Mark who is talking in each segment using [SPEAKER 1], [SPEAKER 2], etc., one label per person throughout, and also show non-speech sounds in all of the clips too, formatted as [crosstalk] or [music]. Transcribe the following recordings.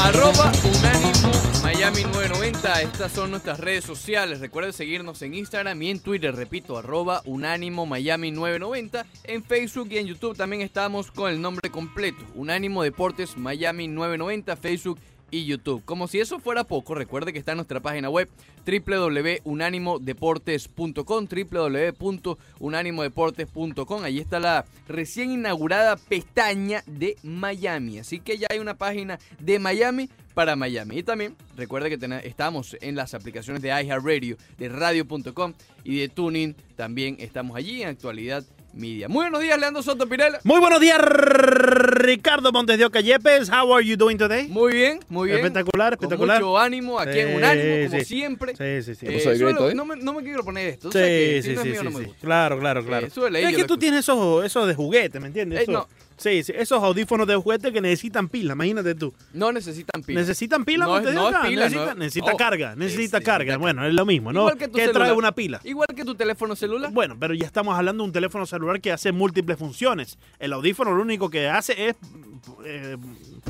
[SPEAKER 1] Arroba Unánimo Miami 990. Estas son nuestras redes sociales. Recuerden seguirnos en Instagram y en Twitter. Repito, arroba Unánimo Miami 990. En Facebook y en YouTube también estamos con el nombre completo. Unánimo Deportes Miami 990. Facebook y YouTube. Como si eso fuera poco, recuerde que está en nuestra página web www.unanimodeportes.com, www.unanimodeportes.com. Allí está la recién inaugurada pestaña de Miami. Así que ya hay una página de Miami para Miami. Y también recuerde que tenemos, estamos en las aplicaciones de iHeartRadio, de radio.com y de Tuning. También estamos allí en actualidad. Media. Muy buenos días, Leandro Soto Pirela.
[SPEAKER 2] Muy buenos días, Ricardo Montes de Oca Yepes. How are you doing today?
[SPEAKER 1] Muy bien, muy bien.
[SPEAKER 2] Espectacular, espectacular.
[SPEAKER 1] Con mucho ánimo, aquí en
[SPEAKER 2] Sí,
[SPEAKER 1] Unánimo, como
[SPEAKER 2] sí.
[SPEAKER 1] siempre.
[SPEAKER 2] Sí, sí, sí.
[SPEAKER 1] Eh,
[SPEAKER 2] Sí,
[SPEAKER 3] soy
[SPEAKER 1] suelo-
[SPEAKER 3] grito, ¿eh?
[SPEAKER 1] no, me, no me quiero poner esto.
[SPEAKER 2] sí, sí, sí, sí, sí. Claro, claro, claro.
[SPEAKER 1] Eh, súbele ahí,
[SPEAKER 2] es
[SPEAKER 1] yo
[SPEAKER 2] que
[SPEAKER 1] lo
[SPEAKER 2] tú
[SPEAKER 1] escucho.
[SPEAKER 2] tienes esos, esos de juguete, ¿me entiendes?
[SPEAKER 1] Eh,
[SPEAKER 2] Esos-
[SPEAKER 1] no.
[SPEAKER 2] Sí, sí, esos audífonos de juguete que necesitan pila, imagínate tú.
[SPEAKER 1] No necesitan pila.
[SPEAKER 2] ¿Necesitan pila?
[SPEAKER 1] No,
[SPEAKER 2] Montes de
[SPEAKER 1] no es
[SPEAKER 2] Oca?
[SPEAKER 1] pila,
[SPEAKER 2] necesita
[SPEAKER 1] no.
[SPEAKER 2] necesita
[SPEAKER 1] Oh,
[SPEAKER 2] carga, necesita
[SPEAKER 1] sí,
[SPEAKER 2] carga.
[SPEAKER 1] necesita
[SPEAKER 2] Bueno, es lo mismo, ¿no?
[SPEAKER 1] Igual que tu
[SPEAKER 2] ¿Qué trae
[SPEAKER 1] celular.
[SPEAKER 2] una pila?
[SPEAKER 1] Igual que tu teléfono celular.
[SPEAKER 2] Bueno, pero ya estamos hablando de un teléfono celular que hace múltiples funciones. El audífono lo único que hace es eh,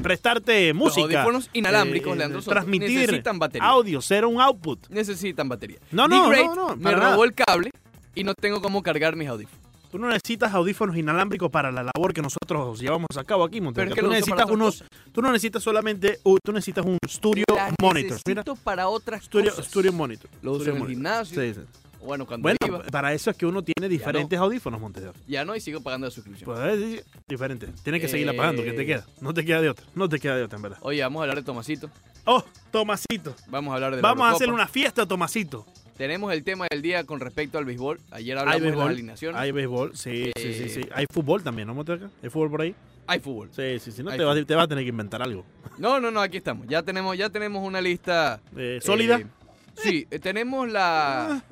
[SPEAKER 2] prestarte música. eh,
[SPEAKER 1] audífonos inalámbricos, Leandro Soto,
[SPEAKER 2] Transmitir
[SPEAKER 1] necesitan batería.
[SPEAKER 2] audio, ser un output.
[SPEAKER 1] Necesitan batería.
[SPEAKER 2] No,
[SPEAKER 1] The
[SPEAKER 2] no, no,
[SPEAKER 1] Great
[SPEAKER 2] no, para
[SPEAKER 1] Me
[SPEAKER 2] nada.
[SPEAKER 1] robó el cable y no tengo cómo cargar mis audífonos.
[SPEAKER 2] Tú no necesitas audífonos inalámbricos para la labor que nosotros llevamos a cabo aquí, Monteca.
[SPEAKER 1] Pero es que
[SPEAKER 2] tú
[SPEAKER 1] lo uso
[SPEAKER 2] necesitas
[SPEAKER 1] para otras
[SPEAKER 2] unos, tú no necesitas solamente, u- tú necesitas un studio
[SPEAKER 1] Las
[SPEAKER 2] monitor. Mira,
[SPEAKER 1] necesito para otras
[SPEAKER 2] studio,
[SPEAKER 1] cosas.
[SPEAKER 2] studio monitor.
[SPEAKER 1] Lo uso
[SPEAKER 2] studio
[SPEAKER 1] en el
[SPEAKER 2] monitor.
[SPEAKER 1] gimnasio.
[SPEAKER 2] Sí, sí.
[SPEAKER 1] Bueno, cuando
[SPEAKER 2] Bueno, pues.
[SPEAKER 1] iba,
[SPEAKER 2] para eso es que uno tiene diferentes audífonos, Monteca.
[SPEAKER 1] ya no y sigo pagando la suscripción.
[SPEAKER 2] Pues sí, sí, diferente. Tienes que seguirla pagando, que te
[SPEAKER 1] Eh.
[SPEAKER 2] queda. No te queda de otra. No te queda de otra, en verdad.
[SPEAKER 1] Oye, vamos a hablar de Tomasito.
[SPEAKER 2] Oh, Tomasito.
[SPEAKER 1] Vamos a hablar de la
[SPEAKER 2] Vamos a
[SPEAKER 1] Eurocopa.
[SPEAKER 2] hacer una fiesta, a Tomasito.
[SPEAKER 1] Tenemos el tema del día con respecto al béisbol. Ayer hablamos de las alineaciones.
[SPEAKER 2] Hay béisbol, sí, sí, sí,
[SPEAKER 1] Eh.
[SPEAKER 2] sí. Hay fútbol también, ¿no, Moteca? ¿Hay fútbol por ahí?
[SPEAKER 1] Hay fútbol.
[SPEAKER 2] Sí, sí, sí. No
[SPEAKER 1] Hay
[SPEAKER 2] te vas, te vas a tener que inventar algo.
[SPEAKER 1] No, no, no, aquí estamos. Ya tenemos, ya tenemos una lista.
[SPEAKER 2] Eh, ¿Sólida? Ah.
[SPEAKER 1] Eh, sí, eh, tenemos la.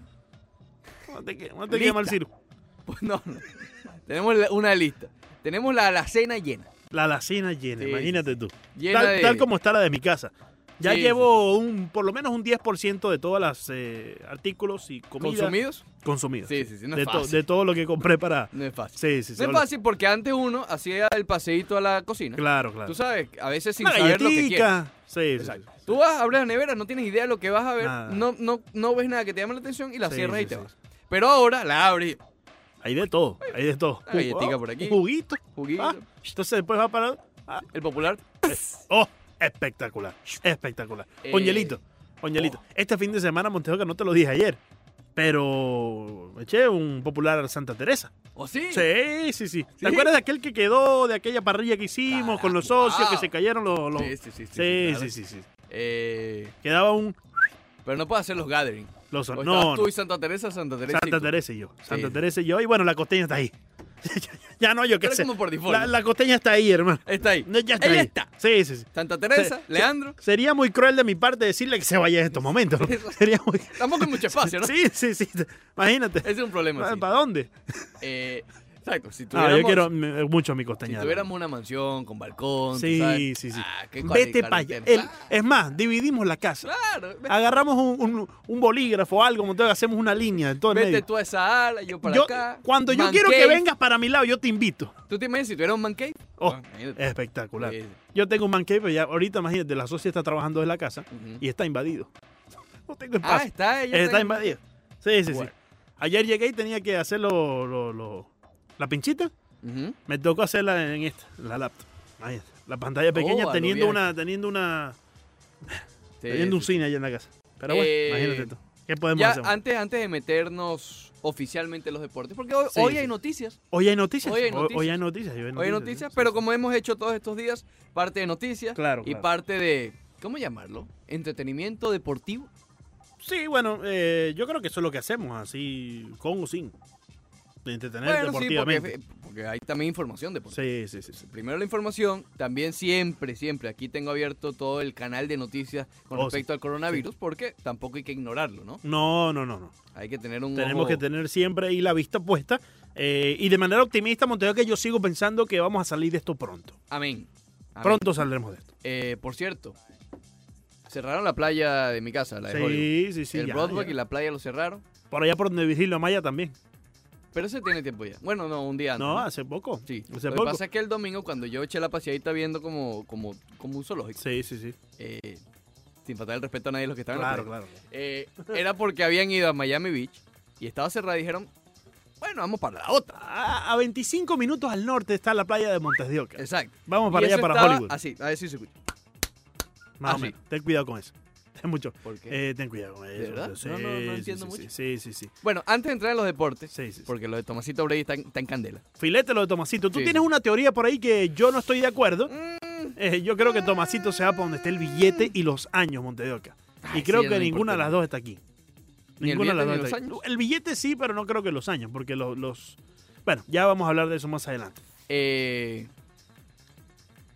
[SPEAKER 2] No te, que- no te queda mal
[SPEAKER 1] Lista.
[SPEAKER 2] Ciro.
[SPEAKER 1] Pues no, [laughs] no. Tenemos la- una lista. Tenemos la alacena llena.
[SPEAKER 2] La alacena llena,
[SPEAKER 1] Sí,
[SPEAKER 2] imagínate tú.
[SPEAKER 1] Llena
[SPEAKER 2] tal,
[SPEAKER 1] de-
[SPEAKER 2] tal como está la de mi casa. Ya
[SPEAKER 1] Sí,
[SPEAKER 2] llevo un, por lo menos un 10% de todos los artículos y comida
[SPEAKER 1] ¿Consumidos?
[SPEAKER 2] consumidos.
[SPEAKER 1] Sí, sí, sí. No
[SPEAKER 2] de,
[SPEAKER 1] es
[SPEAKER 2] to-
[SPEAKER 1] fácil.
[SPEAKER 2] de todo lo que compré para...
[SPEAKER 1] No es fácil.
[SPEAKER 2] Sí, sí, sí.
[SPEAKER 1] No es
[SPEAKER 2] habla-
[SPEAKER 1] fácil porque antes uno hacía el paseíto a la cocina.
[SPEAKER 2] Claro, claro.
[SPEAKER 1] Tú sabes, a veces sin
[SPEAKER 2] Una
[SPEAKER 1] saber lo que quieres.
[SPEAKER 2] galletica. Sí, sí,
[SPEAKER 1] Exacto.
[SPEAKER 2] sí.
[SPEAKER 1] Tú vas, abres la nevera, no tienes idea de lo que vas a ver,
[SPEAKER 2] Nada.
[SPEAKER 1] no, no, no ves nada que te llame la atención y la
[SPEAKER 2] Sí,
[SPEAKER 1] cierras
[SPEAKER 2] sí,
[SPEAKER 1] y te
[SPEAKER 2] sí.
[SPEAKER 1] vas. Pero ahora la abres, y-
[SPEAKER 2] Hay de todo, hay de todo.
[SPEAKER 1] Una galletica por aquí.
[SPEAKER 2] Un juguito.
[SPEAKER 1] juguito,
[SPEAKER 2] Ah, entonces después va para... ah,
[SPEAKER 1] el popular.
[SPEAKER 2] oh, espectacular, espectacular.
[SPEAKER 1] Eh, Oh.
[SPEAKER 2] Con hielito, con hielito. Este fin de semana, Montejo, que no te lo dije ayer, pero eché un popular Santa Teresa.
[SPEAKER 1] ¿O sí?
[SPEAKER 2] Sí, sí, sí. ¿Te acuerdas de aquel que quedó, de aquella parrilla que hicimos con los
[SPEAKER 1] Caramba,
[SPEAKER 2] socios, que
[SPEAKER 1] wow.
[SPEAKER 2] se cayeron los... los-
[SPEAKER 1] Sí, sí, sí. sí,
[SPEAKER 2] Sí,
[SPEAKER 1] claro.
[SPEAKER 2] sí, sí, sí.
[SPEAKER 1] Eh,
[SPEAKER 2] Quedaba un...
[SPEAKER 1] pero no puedo hacer los gathering.
[SPEAKER 2] Los,
[SPEAKER 1] O
[SPEAKER 2] no,
[SPEAKER 1] estabas
[SPEAKER 2] no.
[SPEAKER 1] tú y Santa Teresa, Santa Teresa. y
[SPEAKER 2] Santa
[SPEAKER 1] tú.
[SPEAKER 2] Teresa y yo. Santa
[SPEAKER 1] Sí.
[SPEAKER 2] Teresa y yo. Y bueno, la costeña está ahí. [laughs] ya no, yo qué
[SPEAKER 1] Pero
[SPEAKER 2] sé.
[SPEAKER 1] como por default.
[SPEAKER 2] La, la costeña está ahí, hermano.
[SPEAKER 1] Está ahí.
[SPEAKER 2] No, ya está
[SPEAKER 1] Ella
[SPEAKER 2] ahí.
[SPEAKER 1] está.
[SPEAKER 2] Sí, sí, sí.
[SPEAKER 1] Santa Teresa,
[SPEAKER 2] Sí, sí.
[SPEAKER 1] Leandro.
[SPEAKER 2] Sería muy cruel de mi parte decirle que se vaya en estos momentos. [laughs] ¿no? Sería muy...
[SPEAKER 1] Tampoco hay mucho espacio, ¿no?
[SPEAKER 2] [laughs] Sí, sí, sí. Imagínate.
[SPEAKER 1] Ese es un problema. sí.
[SPEAKER 2] ¿Para dónde?
[SPEAKER 1] Eh, exacto. Si
[SPEAKER 2] Ah,
[SPEAKER 1] tuviéramos,
[SPEAKER 2] yo quiero mm, mucho a mi
[SPEAKER 1] si
[SPEAKER 2] costeña.
[SPEAKER 1] tuviéramos una mansión con balcón, tú
[SPEAKER 2] Sí,
[SPEAKER 1] sabes.
[SPEAKER 2] sí, sí.
[SPEAKER 1] Ah, qué
[SPEAKER 2] Vete
[SPEAKER 1] cuarenta-
[SPEAKER 2] para allá.
[SPEAKER 1] cuarentena.
[SPEAKER 2] El- Ah, es más, dividimos la casa.
[SPEAKER 1] Claro. ve-
[SPEAKER 2] Agarramos un, un- un bolígrafo o algo, Montoya, hacemos una línea de todo el
[SPEAKER 1] Vete
[SPEAKER 2] medio.
[SPEAKER 1] tú a esa ala, yo para
[SPEAKER 2] Yo-
[SPEAKER 1] acá.
[SPEAKER 2] cuando yo
[SPEAKER 1] Man
[SPEAKER 2] quiero que
[SPEAKER 1] cave.
[SPEAKER 2] vengas para mi lado, yo te invito.
[SPEAKER 1] ¿Tú te imaginas si tuviera un man cave?
[SPEAKER 2] Oh,
[SPEAKER 1] Ah, imagínate.
[SPEAKER 2] espectacular.
[SPEAKER 1] Sí, sí.
[SPEAKER 2] Yo tengo un man cave, pero ya ahorita imagínate, la socia está trabajando desde la casa
[SPEAKER 1] Ujú.
[SPEAKER 2] y está invadido. [laughs] No tengo
[SPEAKER 1] Ah,
[SPEAKER 2] espacio.
[SPEAKER 1] está ella.
[SPEAKER 2] está, invadido. Sí, sí,
[SPEAKER 1] Bueno.
[SPEAKER 2] sí. Ayer llegué y tenía que hacer lo, lo- lo- la pinchita.
[SPEAKER 1] Ujú.
[SPEAKER 2] Me tocó hacerla en esta, en la laptop. Imagínate, La pantalla
[SPEAKER 1] a
[SPEAKER 2] pequeña
[SPEAKER 1] lo
[SPEAKER 2] teniendo
[SPEAKER 1] bien.
[SPEAKER 2] una, teniendo una,
[SPEAKER 1] Sí,
[SPEAKER 2] teniendo un
[SPEAKER 1] sí.
[SPEAKER 2] cine allá en la casa. Pero bueno,
[SPEAKER 1] Eh,
[SPEAKER 2] imagínate tú. ¿Qué podemos
[SPEAKER 1] Ya
[SPEAKER 2] hacer?
[SPEAKER 1] antes, antes de meternos oficialmente en los deportes, porque hoy,
[SPEAKER 2] Sí,
[SPEAKER 1] hoy
[SPEAKER 2] sí.
[SPEAKER 1] hay noticias.
[SPEAKER 2] Hoy hay noticias.
[SPEAKER 1] hoy hay
[SPEAKER 2] Hoy hay noticias. Hoy hay
[SPEAKER 1] Hoy hay noticias, pero como hemos hecho todos estos días, parte de noticias
[SPEAKER 2] Claro,
[SPEAKER 1] y
[SPEAKER 2] claro.
[SPEAKER 1] parte de, ¿cómo llamarlo? Entretenimiento deportivo.
[SPEAKER 2] Eh, Sí, bueno, eh, yo creo que eso es lo que hacemos, así, con o sin. De entretener
[SPEAKER 1] Bueno, sí,
[SPEAKER 2] deportivamente.
[SPEAKER 1] porque, porque hay también información deportiva.
[SPEAKER 2] Sí, sí, sí. sí.
[SPEAKER 1] Primero la información, también siempre, siempre, aquí tengo abierto todo el canal de noticias con
[SPEAKER 2] Oh,
[SPEAKER 1] respecto al coronavirus, porque tampoco hay que ignorarlo, ¿no?
[SPEAKER 2] No, no, no, no.
[SPEAKER 1] Hay que tener un...
[SPEAKER 2] Tenemos
[SPEAKER 1] ojo-
[SPEAKER 2] que tener siempre ahí la vista puesta. eh, y de manera optimista, Montejo, que yo sigo pensando que vamos a salir de esto pronto.
[SPEAKER 1] Amén. Amén.
[SPEAKER 2] Pronto saldremos de esto.
[SPEAKER 1] Eh, por cierto, cerraron la playa de mi casa, la de Hollywood.
[SPEAKER 2] Sí, sí, sí.
[SPEAKER 1] el
[SPEAKER 2] ya,
[SPEAKER 1] Broadway
[SPEAKER 2] ya.
[SPEAKER 1] y la playa lo cerraron.
[SPEAKER 2] Por allá por donde Virgilio Maya también.
[SPEAKER 1] Pero ese tiene tiempo ya. Bueno, Ah, no, un día antes.
[SPEAKER 2] No, hace poco.
[SPEAKER 1] Sí.
[SPEAKER 2] Hace
[SPEAKER 1] Lo que
[SPEAKER 2] poco.
[SPEAKER 1] pasa es que el domingo, cuando yo eché la paseadita viendo como, como, como un zoológico,
[SPEAKER 2] Sí, sí, sí.
[SPEAKER 1] eh, sin faltar el respeto a nadie de los que estaban en la
[SPEAKER 2] Claro,
[SPEAKER 1] fila,
[SPEAKER 2] claro.
[SPEAKER 1] eh, era porque habían ido a Miami Beach y estaba cerrada y dijeron, bueno, vamos para la otra.
[SPEAKER 2] A, a 25 minutos al norte está la playa de Montes de Oca.
[SPEAKER 1] Exacto.
[SPEAKER 2] Vamos
[SPEAKER 1] Y
[SPEAKER 2] para allá,
[SPEAKER 1] eso
[SPEAKER 2] para
[SPEAKER 1] estaba
[SPEAKER 2] Hollywood.
[SPEAKER 1] Así, a ver si se escucha.
[SPEAKER 2] Más o
[SPEAKER 1] así.
[SPEAKER 2] menos. Ten cuidado con eso. Ten mucho.
[SPEAKER 1] ¿Por qué?
[SPEAKER 2] Eh, ten cuidado con eso.
[SPEAKER 1] verdad?
[SPEAKER 2] Sí,
[SPEAKER 1] No, no, no
[SPEAKER 2] sí,
[SPEAKER 1] entiendo
[SPEAKER 2] sí,
[SPEAKER 1] mucho.
[SPEAKER 2] Sí, sí, sí.
[SPEAKER 1] Bueno, antes de entrar en los deportes,
[SPEAKER 2] Sí, sí, sí.
[SPEAKER 1] porque lo de Tomasito Brady está en, está en candela.
[SPEAKER 2] Filete lo de Tomasito. Tú
[SPEAKER 1] Sí, Mm.
[SPEAKER 2] tienes
[SPEAKER 1] sí.
[SPEAKER 2] una teoría por ahí que yo no estoy de acuerdo. Eh, yo creo que Tomasito se va para donde esté el billete y los años, Montedoca.
[SPEAKER 1] Ay,
[SPEAKER 2] Y creo
[SPEAKER 1] sí,
[SPEAKER 2] que
[SPEAKER 1] no importa
[SPEAKER 2] ninguna de las
[SPEAKER 1] nada.
[SPEAKER 2] dos está aquí.
[SPEAKER 1] Ni el
[SPEAKER 2] Ninguna de las
[SPEAKER 1] billete ni
[SPEAKER 2] dos está
[SPEAKER 1] los
[SPEAKER 2] aquí. El billete sí, pero no creo que los años, porque los, los... Bueno, ya vamos a hablar de eso más adelante.
[SPEAKER 1] Eh,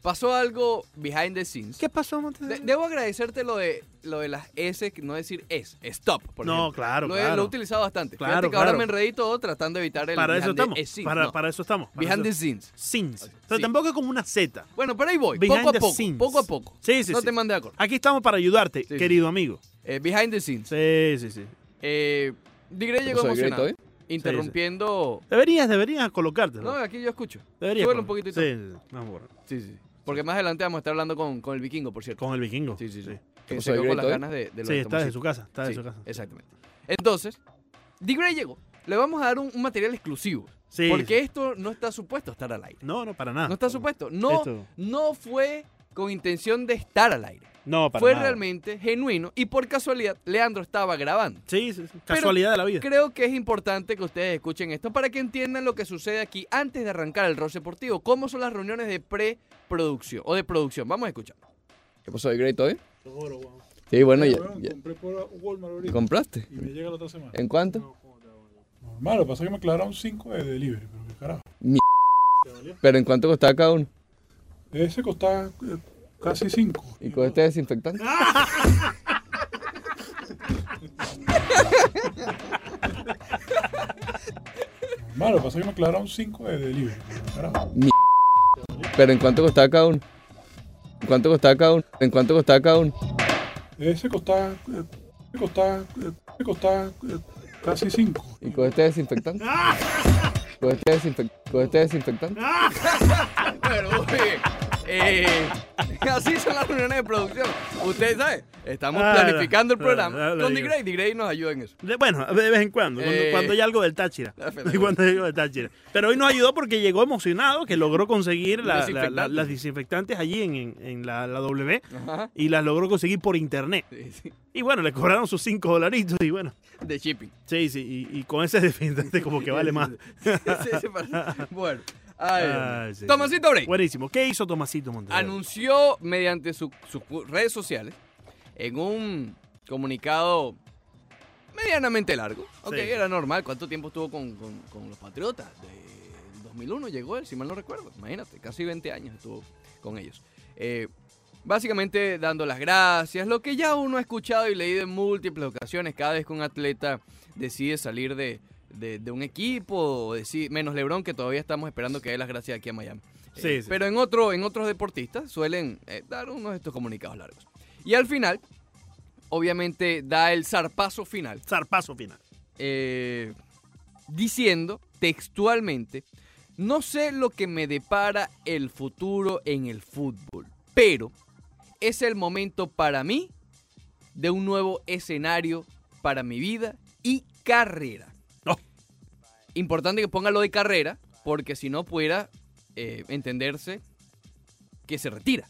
[SPEAKER 1] pasó algo behind the scenes.
[SPEAKER 2] ¿Qué pasó, Montes?
[SPEAKER 1] De- debo agradecerte lo de, lo de las S, que no decir es, stop. Por
[SPEAKER 2] No,
[SPEAKER 1] ejemplo.
[SPEAKER 2] claro,
[SPEAKER 1] lo, he-
[SPEAKER 2] claro.
[SPEAKER 1] lo he utilizado bastante. Fíjate
[SPEAKER 2] Claro,
[SPEAKER 1] que ahora
[SPEAKER 2] claro.
[SPEAKER 1] me enredé y todo tratando de evitar el
[SPEAKER 2] Para eso
[SPEAKER 1] behind the
[SPEAKER 2] estamos.
[SPEAKER 1] scenes,
[SPEAKER 2] Para,
[SPEAKER 1] no.
[SPEAKER 2] para eso estamos. para
[SPEAKER 1] Behind the
[SPEAKER 2] eso-
[SPEAKER 1] scenes.
[SPEAKER 2] Sins.
[SPEAKER 1] Así,
[SPEAKER 2] Pero
[SPEAKER 1] sí.
[SPEAKER 2] tampoco es como una Z.
[SPEAKER 1] Bueno, pero ahí voy,
[SPEAKER 2] Behind
[SPEAKER 1] poco a
[SPEAKER 2] the
[SPEAKER 1] poco,
[SPEAKER 2] scenes.
[SPEAKER 1] poco a poco.
[SPEAKER 2] Sí, sí,
[SPEAKER 1] no
[SPEAKER 2] sí.
[SPEAKER 1] te mandes a correr.
[SPEAKER 2] Aquí estamos para ayudarte,
[SPEAKER 1] Sí, sí.
[SPEAKER 2] querido amigo.
[SPEAKER 1] Eh, behind the scenes.
[SPEAKER 2] Sí, sí, sí.
[SPEAKER 1] Eh, Digre llegó
[SPEAKER 3] Soy
[SPEAKER 1] emocionado,
[SPEAKER 3] grito,
[SPEAKER 1] interrumpiendo...
[SPEAKER 2] Deberías, deberías colocarte.
[SPEAKER 1] No, aquí yo escucho.
[SPEAKER 2] Deberías.
[SPEAKER 1] súbelo
[SPEAKER 2] colo-
[SPEAKER 1] un poquito y
[SPEAKER 2] Sí, sí, sí. Vamos por-
[SPEAKER 1] Sí, sí. Porque más adelante vamos a estar hablando con, con el vikingo, por cierto.
[SPEAKER 2] Con el vikingo.
[SPEAKER 1] Sí, sí, sí.
[SPEAKER 3] ¿Qué
[SPEAKER 1] Que
[SPEAKER 3] pasó,
[SPEAKER 1] se quedó con
[SPEAKER 3] Grito,
[SPEAKER 1] las
[SPEAKER 3] eh?
[SPEAKER 1] ganas de, de lo
[SPEAKER 2] Sí,
[SPEAKER 1] de
[SPEAKER 2] está
[SPEAKER 1] Tomasito.
[SPEAKER 2] de su casa. Está de
[SPEAKER 1] Sí,
[SPEAKER 2] su casa.
[SPEAKER 1] Exactamente. Entonces, Dick Gray llegó. Le vamos a dar un, un material exclusivo.
[SPEAKER 2] Sí,
[SPEAKER 1] porque
[SPEAKER 2] sí.
[SPEAKER 1] esto no está supuesto a estar al aire.
[SPEAKER 2] No, no, para
[SPEAKER 3] [laughs]
[SPEAKER 2] nada.
[SPEAKER 1] no está supuesto. No,
[SPEAKER 2] Esto-
[SPEAKER 1] no fue con intención de estar al aire.
[SPEAKER 2] No, para
[SPEAKER 1] fue
[SPEAKER 2] nada.
[SPEAKER 1] realmente genuino y por casualidad Leandro estaba grabando.
[SPEAKER 2] Sí, sí, sí. Casualidad de la vida.
[SPEAKER 1] Creo que es importante que ustedes escuchen esto para que entiendan lo que sucede aquí antes de arrancar el roce deportivo. ¿Cómo son las reuniones de preproducción o de producción? Vamos a escuchar.
[SPEAKER 3] ¿Qué pasó de Great hoy?
[SPEAKER 4] Oro, weón.
[SPEAKER 3] Sí, bueno,
[SPEAKER 4] Sí,
[SPEAKER 3] ya,
[SPEAKER 4] weón,
[SPEAKER 3] ya-
[SPEAKER 4] Compré por Walmart ahorita
[SPEAKER 3] ¿Compraste?
[SPEAKER 4] y me llega la otra semana.
[SPEAKER 3] ¿En cuánto?
[SPEAKER 4] Normal, lo que pasa es que me aclararon 5 de delivery, pero qué carajo.
[SPEAKER 3] Mi-
[SPEAKER 4] ¿Te valió?
[SPEAKER 3] ¿Pero en cuánto costaba cada uno?
[SPEAKER 4] Ese costaba eh, casi 5.
[SPEAKER 3] ¿Y con este desinfectante?
[SPEAKER 4] Normal, lo que pasa es que me aclararon 5 de delivery, pero qué carajo.
[SPEAKER 3] ¿Pero en cuánto costaba cada uno? ¿En cuánto costaba cada uno? ¿En cuánto costaba cada uno?
[SPEAKER 4] Ese costaba, eh, ese costaba, eh, ese costaba eh, casi 5.
[SPEAKER 3] ¿Y con este desinfectante?
[SPEAKER 4] [laughs] Ah.
[SPEAKER 3] ¿Con este, desinfec- con este desinfectante?
[SPEAKER 1] Bueno, muy bien. Eh, [laughs] así son las reuniones de producción. Ustedes saben, estamos
[SPEAKER 2] Ah,
[SPEAKER 1] planificando el
[SPEAKER 2] ah,
[SPEAKER 1] programa
[SPEAKER 2] ah, lo
[SPEAKER 1] con
[SPEAKER 2] digo.
[SPEAKER 1] D-Gray. D-Gray nos ayuda en eso.
[SPEAKER 2] De- bueno, de vez en cuando. Cuando,
[SPEAKER 1] Eh.
[SPEAKER 2] cuando hay algo del Táchira.
[SPEAKER 1] Ah, pero-
[SPEAKER 2] [laughs] cuando hay algo del Táchira. Pero hoy nos ayudó porque llegó emocionado que logró conseguir la- la- la-
[SPEAKER 1] Desinfectantes.
[SPEAKER 2] las desinfectantes allí en, en- en la, la W.
[SPEAKER 1] Ajá.
[SPEAKER 2] Y las logró conseguir por internet.
[SPEAKER 1] Sí, sí.
[SPEAKER 2] Y bueno, le cobraron sus 5 dolaritos y bueno.
[SPEAKER 1] De
[SPEAKER 2] [laughs]
[SPEAKER 1] shipping.
[SPEAKER 2] Sí, sí, y, y con ese desinfectante como que vale más.
[SPEAKER 1] Sí, sí, para- bueno. Ay, Dios mío.
[SPEAKER 2] Ay, Ah, sí, sí.
[SPEAKER 1] Tomasito Break
[SPEAKER 2] Buenísimo. ¿Qué hizo Tomasito Montero?
[SPEAKER 1] anunció mediante su- sus cu- redes sociales en un comunicado medianamente largo. Ok,
[SPEAKER 2] Sí.
[SPEAKER 1] era normal. ¿Cuánto tiempo estuvo con, con- con los Patriotas? De 2001 llegó él, si mal no recuerdo. Imagínate, casi 20 años estuvo con ellos. Eh, básicamente dando las gracias, lo que ya uno ha escuchado y leído en múltiples ocasiones, cada vez que un atleta decide salir de, de- de un equipo, o decide- menos Lebron, que todavía estamos esperando que dé las gracias aquí a Miami.
[SPEAKER 2] Sí,
[SPEAKER 1] Eh,
[SPEAKER 2] sí.
[SPEAKER 1] Pero en, otro, en otros deportistas suelen eh, dar unos de estos comunicados largos. Y al final, obviamente, da el zarpazo final
[SPEAKER 2] Zarpazo final.
[SPEAKER 1] eh, diciendo textualmente, no sé lo que me depara el futuro en el fútbol, pero es el momento para mí de un nuevo escenario para mi vida y carrera.
[SPEAKER 2] No.
[SPEAKER 1] Importante que ponga lo de carrera, porque si no pudiera eh, entenderse que se retira.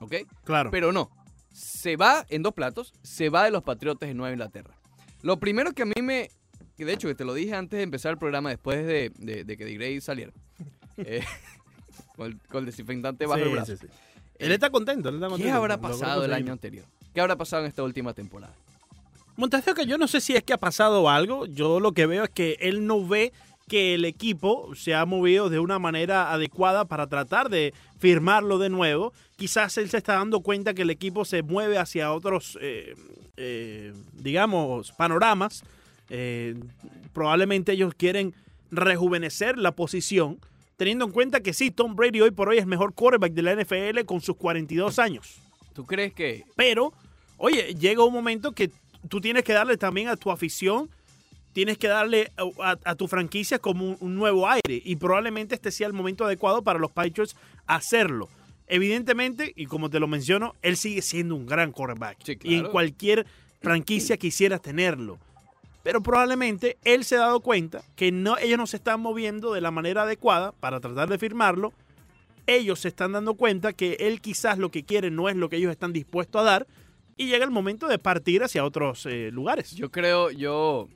[SPEAKER 1] ¿Ok?
[SPEAKER 2] Claro.
[SPEAKER 1] Pero no. Se va en dos platos, se va de los Patriotas de Nueva Inglaterra. Lo primero que a mí me. que de hecho, que te lo dije antes de empezar el programa, después de, de- de que Digrey
[SPEAKER 2] [laughs]
[SPEAKER 1] saliera. eh, con, el, con el desinfectante bajo
[SPEAKER 2] Sí,
[SPEAKER 1] el brazo.
[SPEAKER 2] sí, sí. Él está contento, él está contento.
[SPEAKER 1] ¿Qué habrá
[SPEAKER 2] Logró
[SPEAKER 1] pasado el
[SPEAKER 2] conseguir.
[SPEAKER 1] año anterior? ¿Qué habrá pasado en esta última temporada?
[SPEAKER 2] Montes de Oca, yo no sé si es que ha pasado algo. Yo lo que veo es que él no ve que el equipo se ha movido de una manera adecuada para tratar de firmarlo de nuevo. Quizás él se está dando cuenta que el equipo se mueve hacia otros, eh, eh, digamos, panoramas. Eh, probablemente ellos quieren rejuvenecer la posición, teniendo en cuenta que sí, Tom Brady hoy por hoy es el mejor quarterback de la NFL con sus 42 años.
[SPEAKER 1] ¿Tú crees que.?
[SPEAKER 2] Pero, oye, llega un momento que tú tienes que darle también a tu afición tienes que darle a, a tu franquicia como un, un nuevo aire y probablemente este sea el momento adecuado para los Patriots hacerlo. Evidentemente, y como te lo menciono, él sigue siendo un gran quarterback.
[SPEAKER 1] Sí,
[SPEAKER 2] Y en
[SPEAKER 1] claro.
[SPEAKER 2] cualquier franquicia quisieras tenerlo. Pero probablemente él se ha dado cuenta que no, ellos no se están moviendo de la manera adecuada para tratar de firmarlo. Ellos se están dando cuenta que él quizás lo que quiere no es lo que ellos están dispuestos a dar. Y llega el momento de partir hacia otros eh, lugares.
[SPEAKER 1] Yo creo, yo,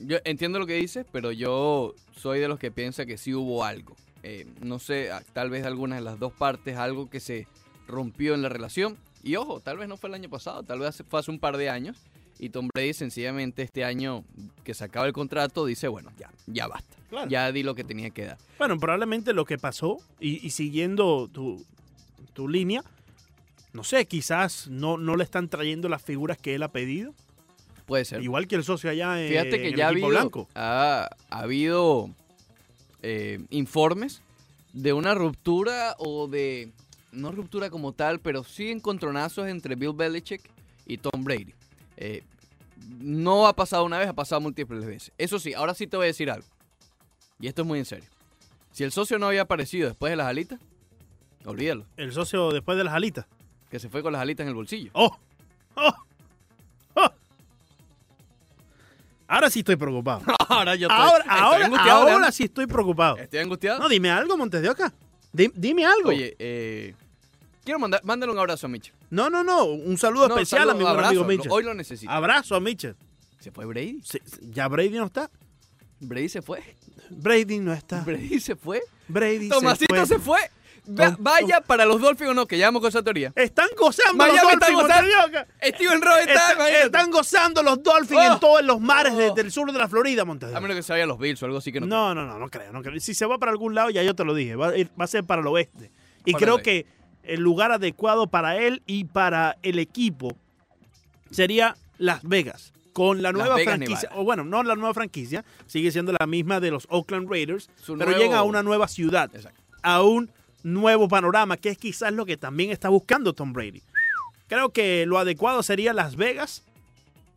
[SPEAKER 1] yo entiendo lo que dices, pero yo soy de los que piensa que sí hubo algo. Eh, no sé, a- tal vez de algunas de las dos partes, algo que se rompió en la relación. Y ojo, tal vez no fue el año pasado, tal vez hace- fue hace un par de años. Y Tom Brady sencillamente este año que se acaba el contrato dice, bueno, ya, ya basta.
[SPEAKER 2] Claro.
[SPEAKER 1] Ya di lo que tenía que dar.
[SPEAKER 2] Bueno, probablemente lo que pasó, y, y siguiendo tu, tu línea, no sé, quizás no, no le están trayendo las figuras que él ha pedido.
[SPEAKER 1] Puede ser.
[SPEAKER 2] Igual que el socio allá en,
[SPEAKER 1] Fíjate que
[SPEAKER 2] en
[SPEAKER 1] ya ha
[SPEAKER 2] el equipo
[SPEAKER 1] habido,
[SPEAKER 2] blanco.
[SPEAKER 1] ha, ha habido eh, informes de una ruptura o de, no ruptura como tal, pero sí encontronazos entre Bill Belichick y Tom Brady. Eh, no ha pasado una vez, ha pasado múltiples veces. Eso sí, ahora sí te voy a decir algo. Y esto es muy en serio. Si el socio no había aparecido después de las alitas, olvídalo,
[SPEAKER 2] El socio después de las alitas.
[SPEAKER 1] que se fue con las alitas en el bolsillo.
[SPEAKER 2] ¡Oh! ¡Oh! ¡Oh! Ahora sí estoy preocupado.
[SPEAKER 1] [laughs] Ahora [laughs] yo
[SPEAKER 2] Ahora, ahora,
[SPEAKER 1] angustiado,
[SPEAKER 2] ahora
[SPEAKER 1] Leandro.
[SPEAKER 2] sí estoy preocupado.
[SPEAKER 1] Estoy angustiado.
[SPEAKER 2] No, dime algo, Montes de Oca. Di- dime algo.
[SPEAKER 1] Oye, eh, quiero mandar, mándale un abrazo a Mitchell.
[SPEAKER 2] no, no, no. Un saludo
[SPEAKER 1] No,
[SPEAKER 2] especial
[SPEAKER 1] saludo,
[SPEAKER 2] a mi buen
[SPEAKER 1] abrazo,
[SPEAKER 2] amigo Ah.
[SPEAKER 1] lo-
[SPEAKER 2] Mitchell.
[SPEAKER 1] Hoy lo necesito.
[SPEAKER 2] Abrazo a Mitchell.
[SPEAKER 1] ¿Se fue Brady?
[SPEAKER 2] Se- se- ya Brady no está.
[SPEAKER 1] Brady se fue.
[SPEAKER 2] Brady no está.
[SPEAKER 1] Brady se fue.
[SPEAKER 2] Brady
[SPEAKER 1] Tomasito se fue. Va-
[SPEAKER 2] Tom-
[SPEAKER 1] vaya para los Dolphins o no, que llevamos con esa teoría.
[SPEAKER 2] Están gozando
[SPEAKER 1] Miami
[SPEAKER 2] los
[SPEAKER 1] está
[SPEAKER 2] Dolphins.
[SPEAKER 1] gozando.
[SPEAKER 2] Montelioca.
[SPEAKER 1] Steven Roy está.
[SPEAKER 2] Está-
[SPEAKER 1] imagínate.
[SPEAKER 2] están gozando los Dolphins
[SPEAKER 1] Oh.
[SPEAKER 2] en todos los mares de-
[SPEAKER 1] Oh.
[SPEAKER 2] del sur de la Florida, Montes.
[SPEAKER 1] A menos que se vaya a los Bills o algo así que no.
[SPEAKER 2] No, no, no, no creo, no creo. Si se va para algún lado, ya yo te lo dije, va a, ir- va a ser para el oeste. Y
[SPEAKER 1] Para el
[SPEAKER 2] creo
[SPEAKER 1] oeste.
[SPEAKER 2] que el lugar adecuado para él y para el equipo sería Las Vegas. Con la
[SPEAKER 1] Las
[SPEAKER 2] nueva
[SPEAKER 1] Vegas,
[SPEAKER 2] franquicia,
[SPEAKER 1] Nevada.
[SPEAKER 2] o bueno, no la nueva franquicia, sigue siendo la misma de los Oakland Raiders,
[SPEAKER 1] Su
[SPEAKER 2] pero
[SPEAKER 1] nuevo-
[SPEAKER 2] llega a una nueva ciudad,
[SPEAKER 1] Exacto.
[SPEAKER 2] a un nuevo panorama, que es quizás lo que también está buscando Tom Brady. Creo que lo adecuado sería Las Vegas,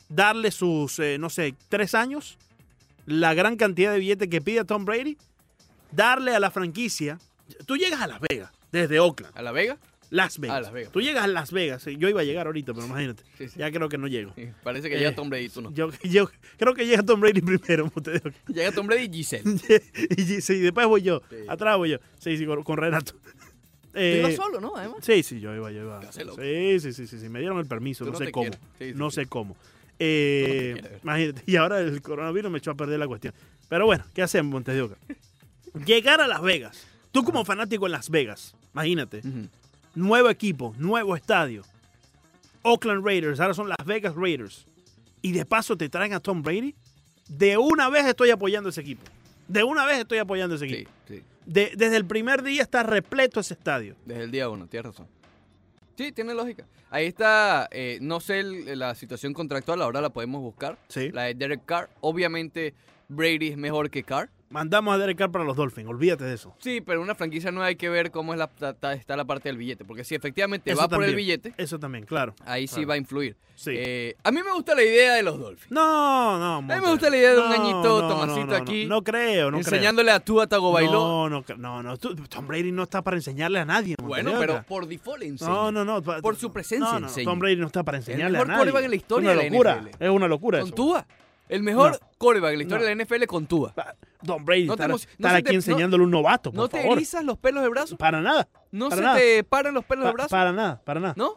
[SPEAKER 2] darle sus, eh, no sé, tres años, la gran cantidad de billetes que pide Tom Brady, darle a la franquicia. Tú llegas a Las Vegas, desde Oakland,
[SPEAKER 1] ¿A la Vega?
[SPEAKER 2] Las Vegas.
[SPEAKER 1] A Las Vegas.
[SPEAKER 2] Tú llegas a Las Vegas. eh, Yo iba a llegar ahorita, pero imagínate.
[SPEAKER 1] Sí, sí.
[SPEAKER 2] Ya creo que no llego.
[SPEAKER 1] Sí, Parece que
[SPEAKER 2] Eh,
[SPEAKER 1] llega Tom Brady, tú no.
[SPEAKER 2] Yo, yo creo que llega Tom Brady [laughs] primero. como te digo.
[SPEAKER 1] Llega Tom Brady y Giselle.
[SPEAKER 2] y, y- sí, después voy yo.
[SPEAKER 1] Sí.
[SPEAKER 2] Atrás voy yo. Sí, sí, con, con Renato.
[SPEAKER 1] Tú
[SPEAKER 2] Eh,
[SPEAKER 1] ibas solo, ¿no? Además.
[SPEAKER 2] Sí, sí, yo iba, yo iba.
[SPEAKER 1] Te hace loco.
[SPEAKER 2] Sí, sí, sí, sí, sí, me dieron el permiso,
[SPEAKER 1] Tú
[SPEAKER 2] no,
[SPEAKER 1] no
[SPEAKER 2] sé
[SPEAKER 1] te
[SPEAKER 2] cómo.
[SPEAKER 1] quieres. Sí, sí,
[SPEAKER 2] no
[SPEAKER 1] sí.
[SPEAKER 2] sé cómo. Eh,
[SPEAKER 1] quieres, ¿verdad?
[SPEAKER 2] imagínate, y ahora el coronavirus me echó a perder la cuestión. Pero bueno, ¿qué hacemos, Montes de Oca? Llegar a Las Vegas. Tú como fanático en Las Vegas, imagínate.
[SPEAKER 1] Ujú.
[SPEAKER 2] Nuevo equipo, nuevo estadio. Oakland Raiders, ahora son Las Vegas Raiders. Y de paso te traen a Tom Brady. De una vez estoy apoyando ese equipo. De una vez estoy apoyando ese
[SPEAKER 1] Sí,
[SPEAKER 2] equipo.
[SPEAKER 1] sí.
[SPEAKER 2] De- desde el primer día está repleto ese estadio.
[SPEAKER 1] Desde el día uno, tienes razón. Sí, tiene lógica. Ahí está, eh, no sé el- la situación contractual, ahora la podemos buscar.
[SPEAKER 2] Sí.
[SPEAKER 1] La de Derek Carr. Obviamente Brady es mejor que Carr.
[SPEAKER 2] Mandamos a Derek Carr para los Dolphins, olvídate de eso.
[SPEAKER 1] Sí, pero una franquicia nueva hay que ver cómo es la, ta- ta- está la parte del billete. Porque si efectivamente
[SPEAKER 2] Eso
[SPEAKER 1] va por el
[SPEAKER 2] también.
[SPEAKER 1] billete,
[SPEAKER 2] Eso también, claro.
[SPEAKER 1] ahí sí
[SPEAKER 2] Claro.
[SPEAKER 1] va a influir.
[SPEAKER 2] Sí.
[SPEAKER 1] Eh, a mí me gusta la idea de los Dolphins.
[SPEAKER 2] no, no.
[SPEAKER 1] me
[SPEAKER 2] Montes.
[SPEAKER 1] gusta la idea de un
[SPEAKER 2] No,
[SPEAKER 1] añito,
[SPEAKER 2] no,
[SPEAKER 1] Tomasito
[SPEAKER 2] no, no,
[SPEAKER 1] aquí,
[SPEAKER 2] No, creo, no
[SPEAKER 1] enseñándole a Tua
[SPEAKER 2] creo.
[SPEAKER 1] Tagobailó.
[SPEAKER 2] No, no, cre- no, no. tú- Tom Brady no está para enseñarle a nadie. Montes
[SPEAKER 1] bueno,
[SPEAKER 2] de
[SPEAKER 1] pero
[SPEAKER 2] Oca.
[SPEAKER 1] por default enseña.
[SPEAKER 2] No, no, no. pa-
[SPEAKER 1] Por su presencia
[SPEAKER 2] No, no,
[SPEAKER 1] enseña.
[SPEAKER 2] Tom Brady no está para enseñarle
[SPEAKER 1] mejor
[SPEAKER 2] a nadie.
[SPEAKER 1] quarterback en la historia
[SPEAKER 2] es
[SPEAKER 1] de
[SPEAKER 2] una
[SPEAKER 1] la
[SPEAKER 2] locura.
[SPEAKER 1] NFL.
[SPEAKER 2] Es una locura
[SPEAKER 1] Con
[SPEAKER 2] eso.
[SPEAKER 1] Tua. El mejor
[SPEAKER 2] No.
[SPEAKER 1] quarterback en la historia
[SPEAKER 2] No.
[SPEAKER 1] de la NFL con Tua.
[SPEAKER 2] Pa- Tom Brady
[SPEAKER 1] No te
[SPEAKER 2] estar,
[SPEAKER 1] emoc- no
[SPEAKER 2] estar
[SPEAKER 1] se
[SPEAKER 2] aquí
[SPEAKER 1] te- no-
[SPEAKER 2] enseñándole un novato, por
[SPEAKER 1] ¿No te
[SPEAKER 2] favor.
[SPEAKER 1] erizas los pelos de brazo?
[SPEAKER 2] Para nada.
[SPEAKER 1] ¿No
[SPEAKER 2] para
[SPEAKER 1] se
[SPEAKER 2] nada.
[SPEAKER 1] te paran los pelos de
[SPEAKER 2] pa-
[SPEAKER 1] brazo?
[SPEAKER 2] para nada, para nada.
[SPEAKER 1] ¿No?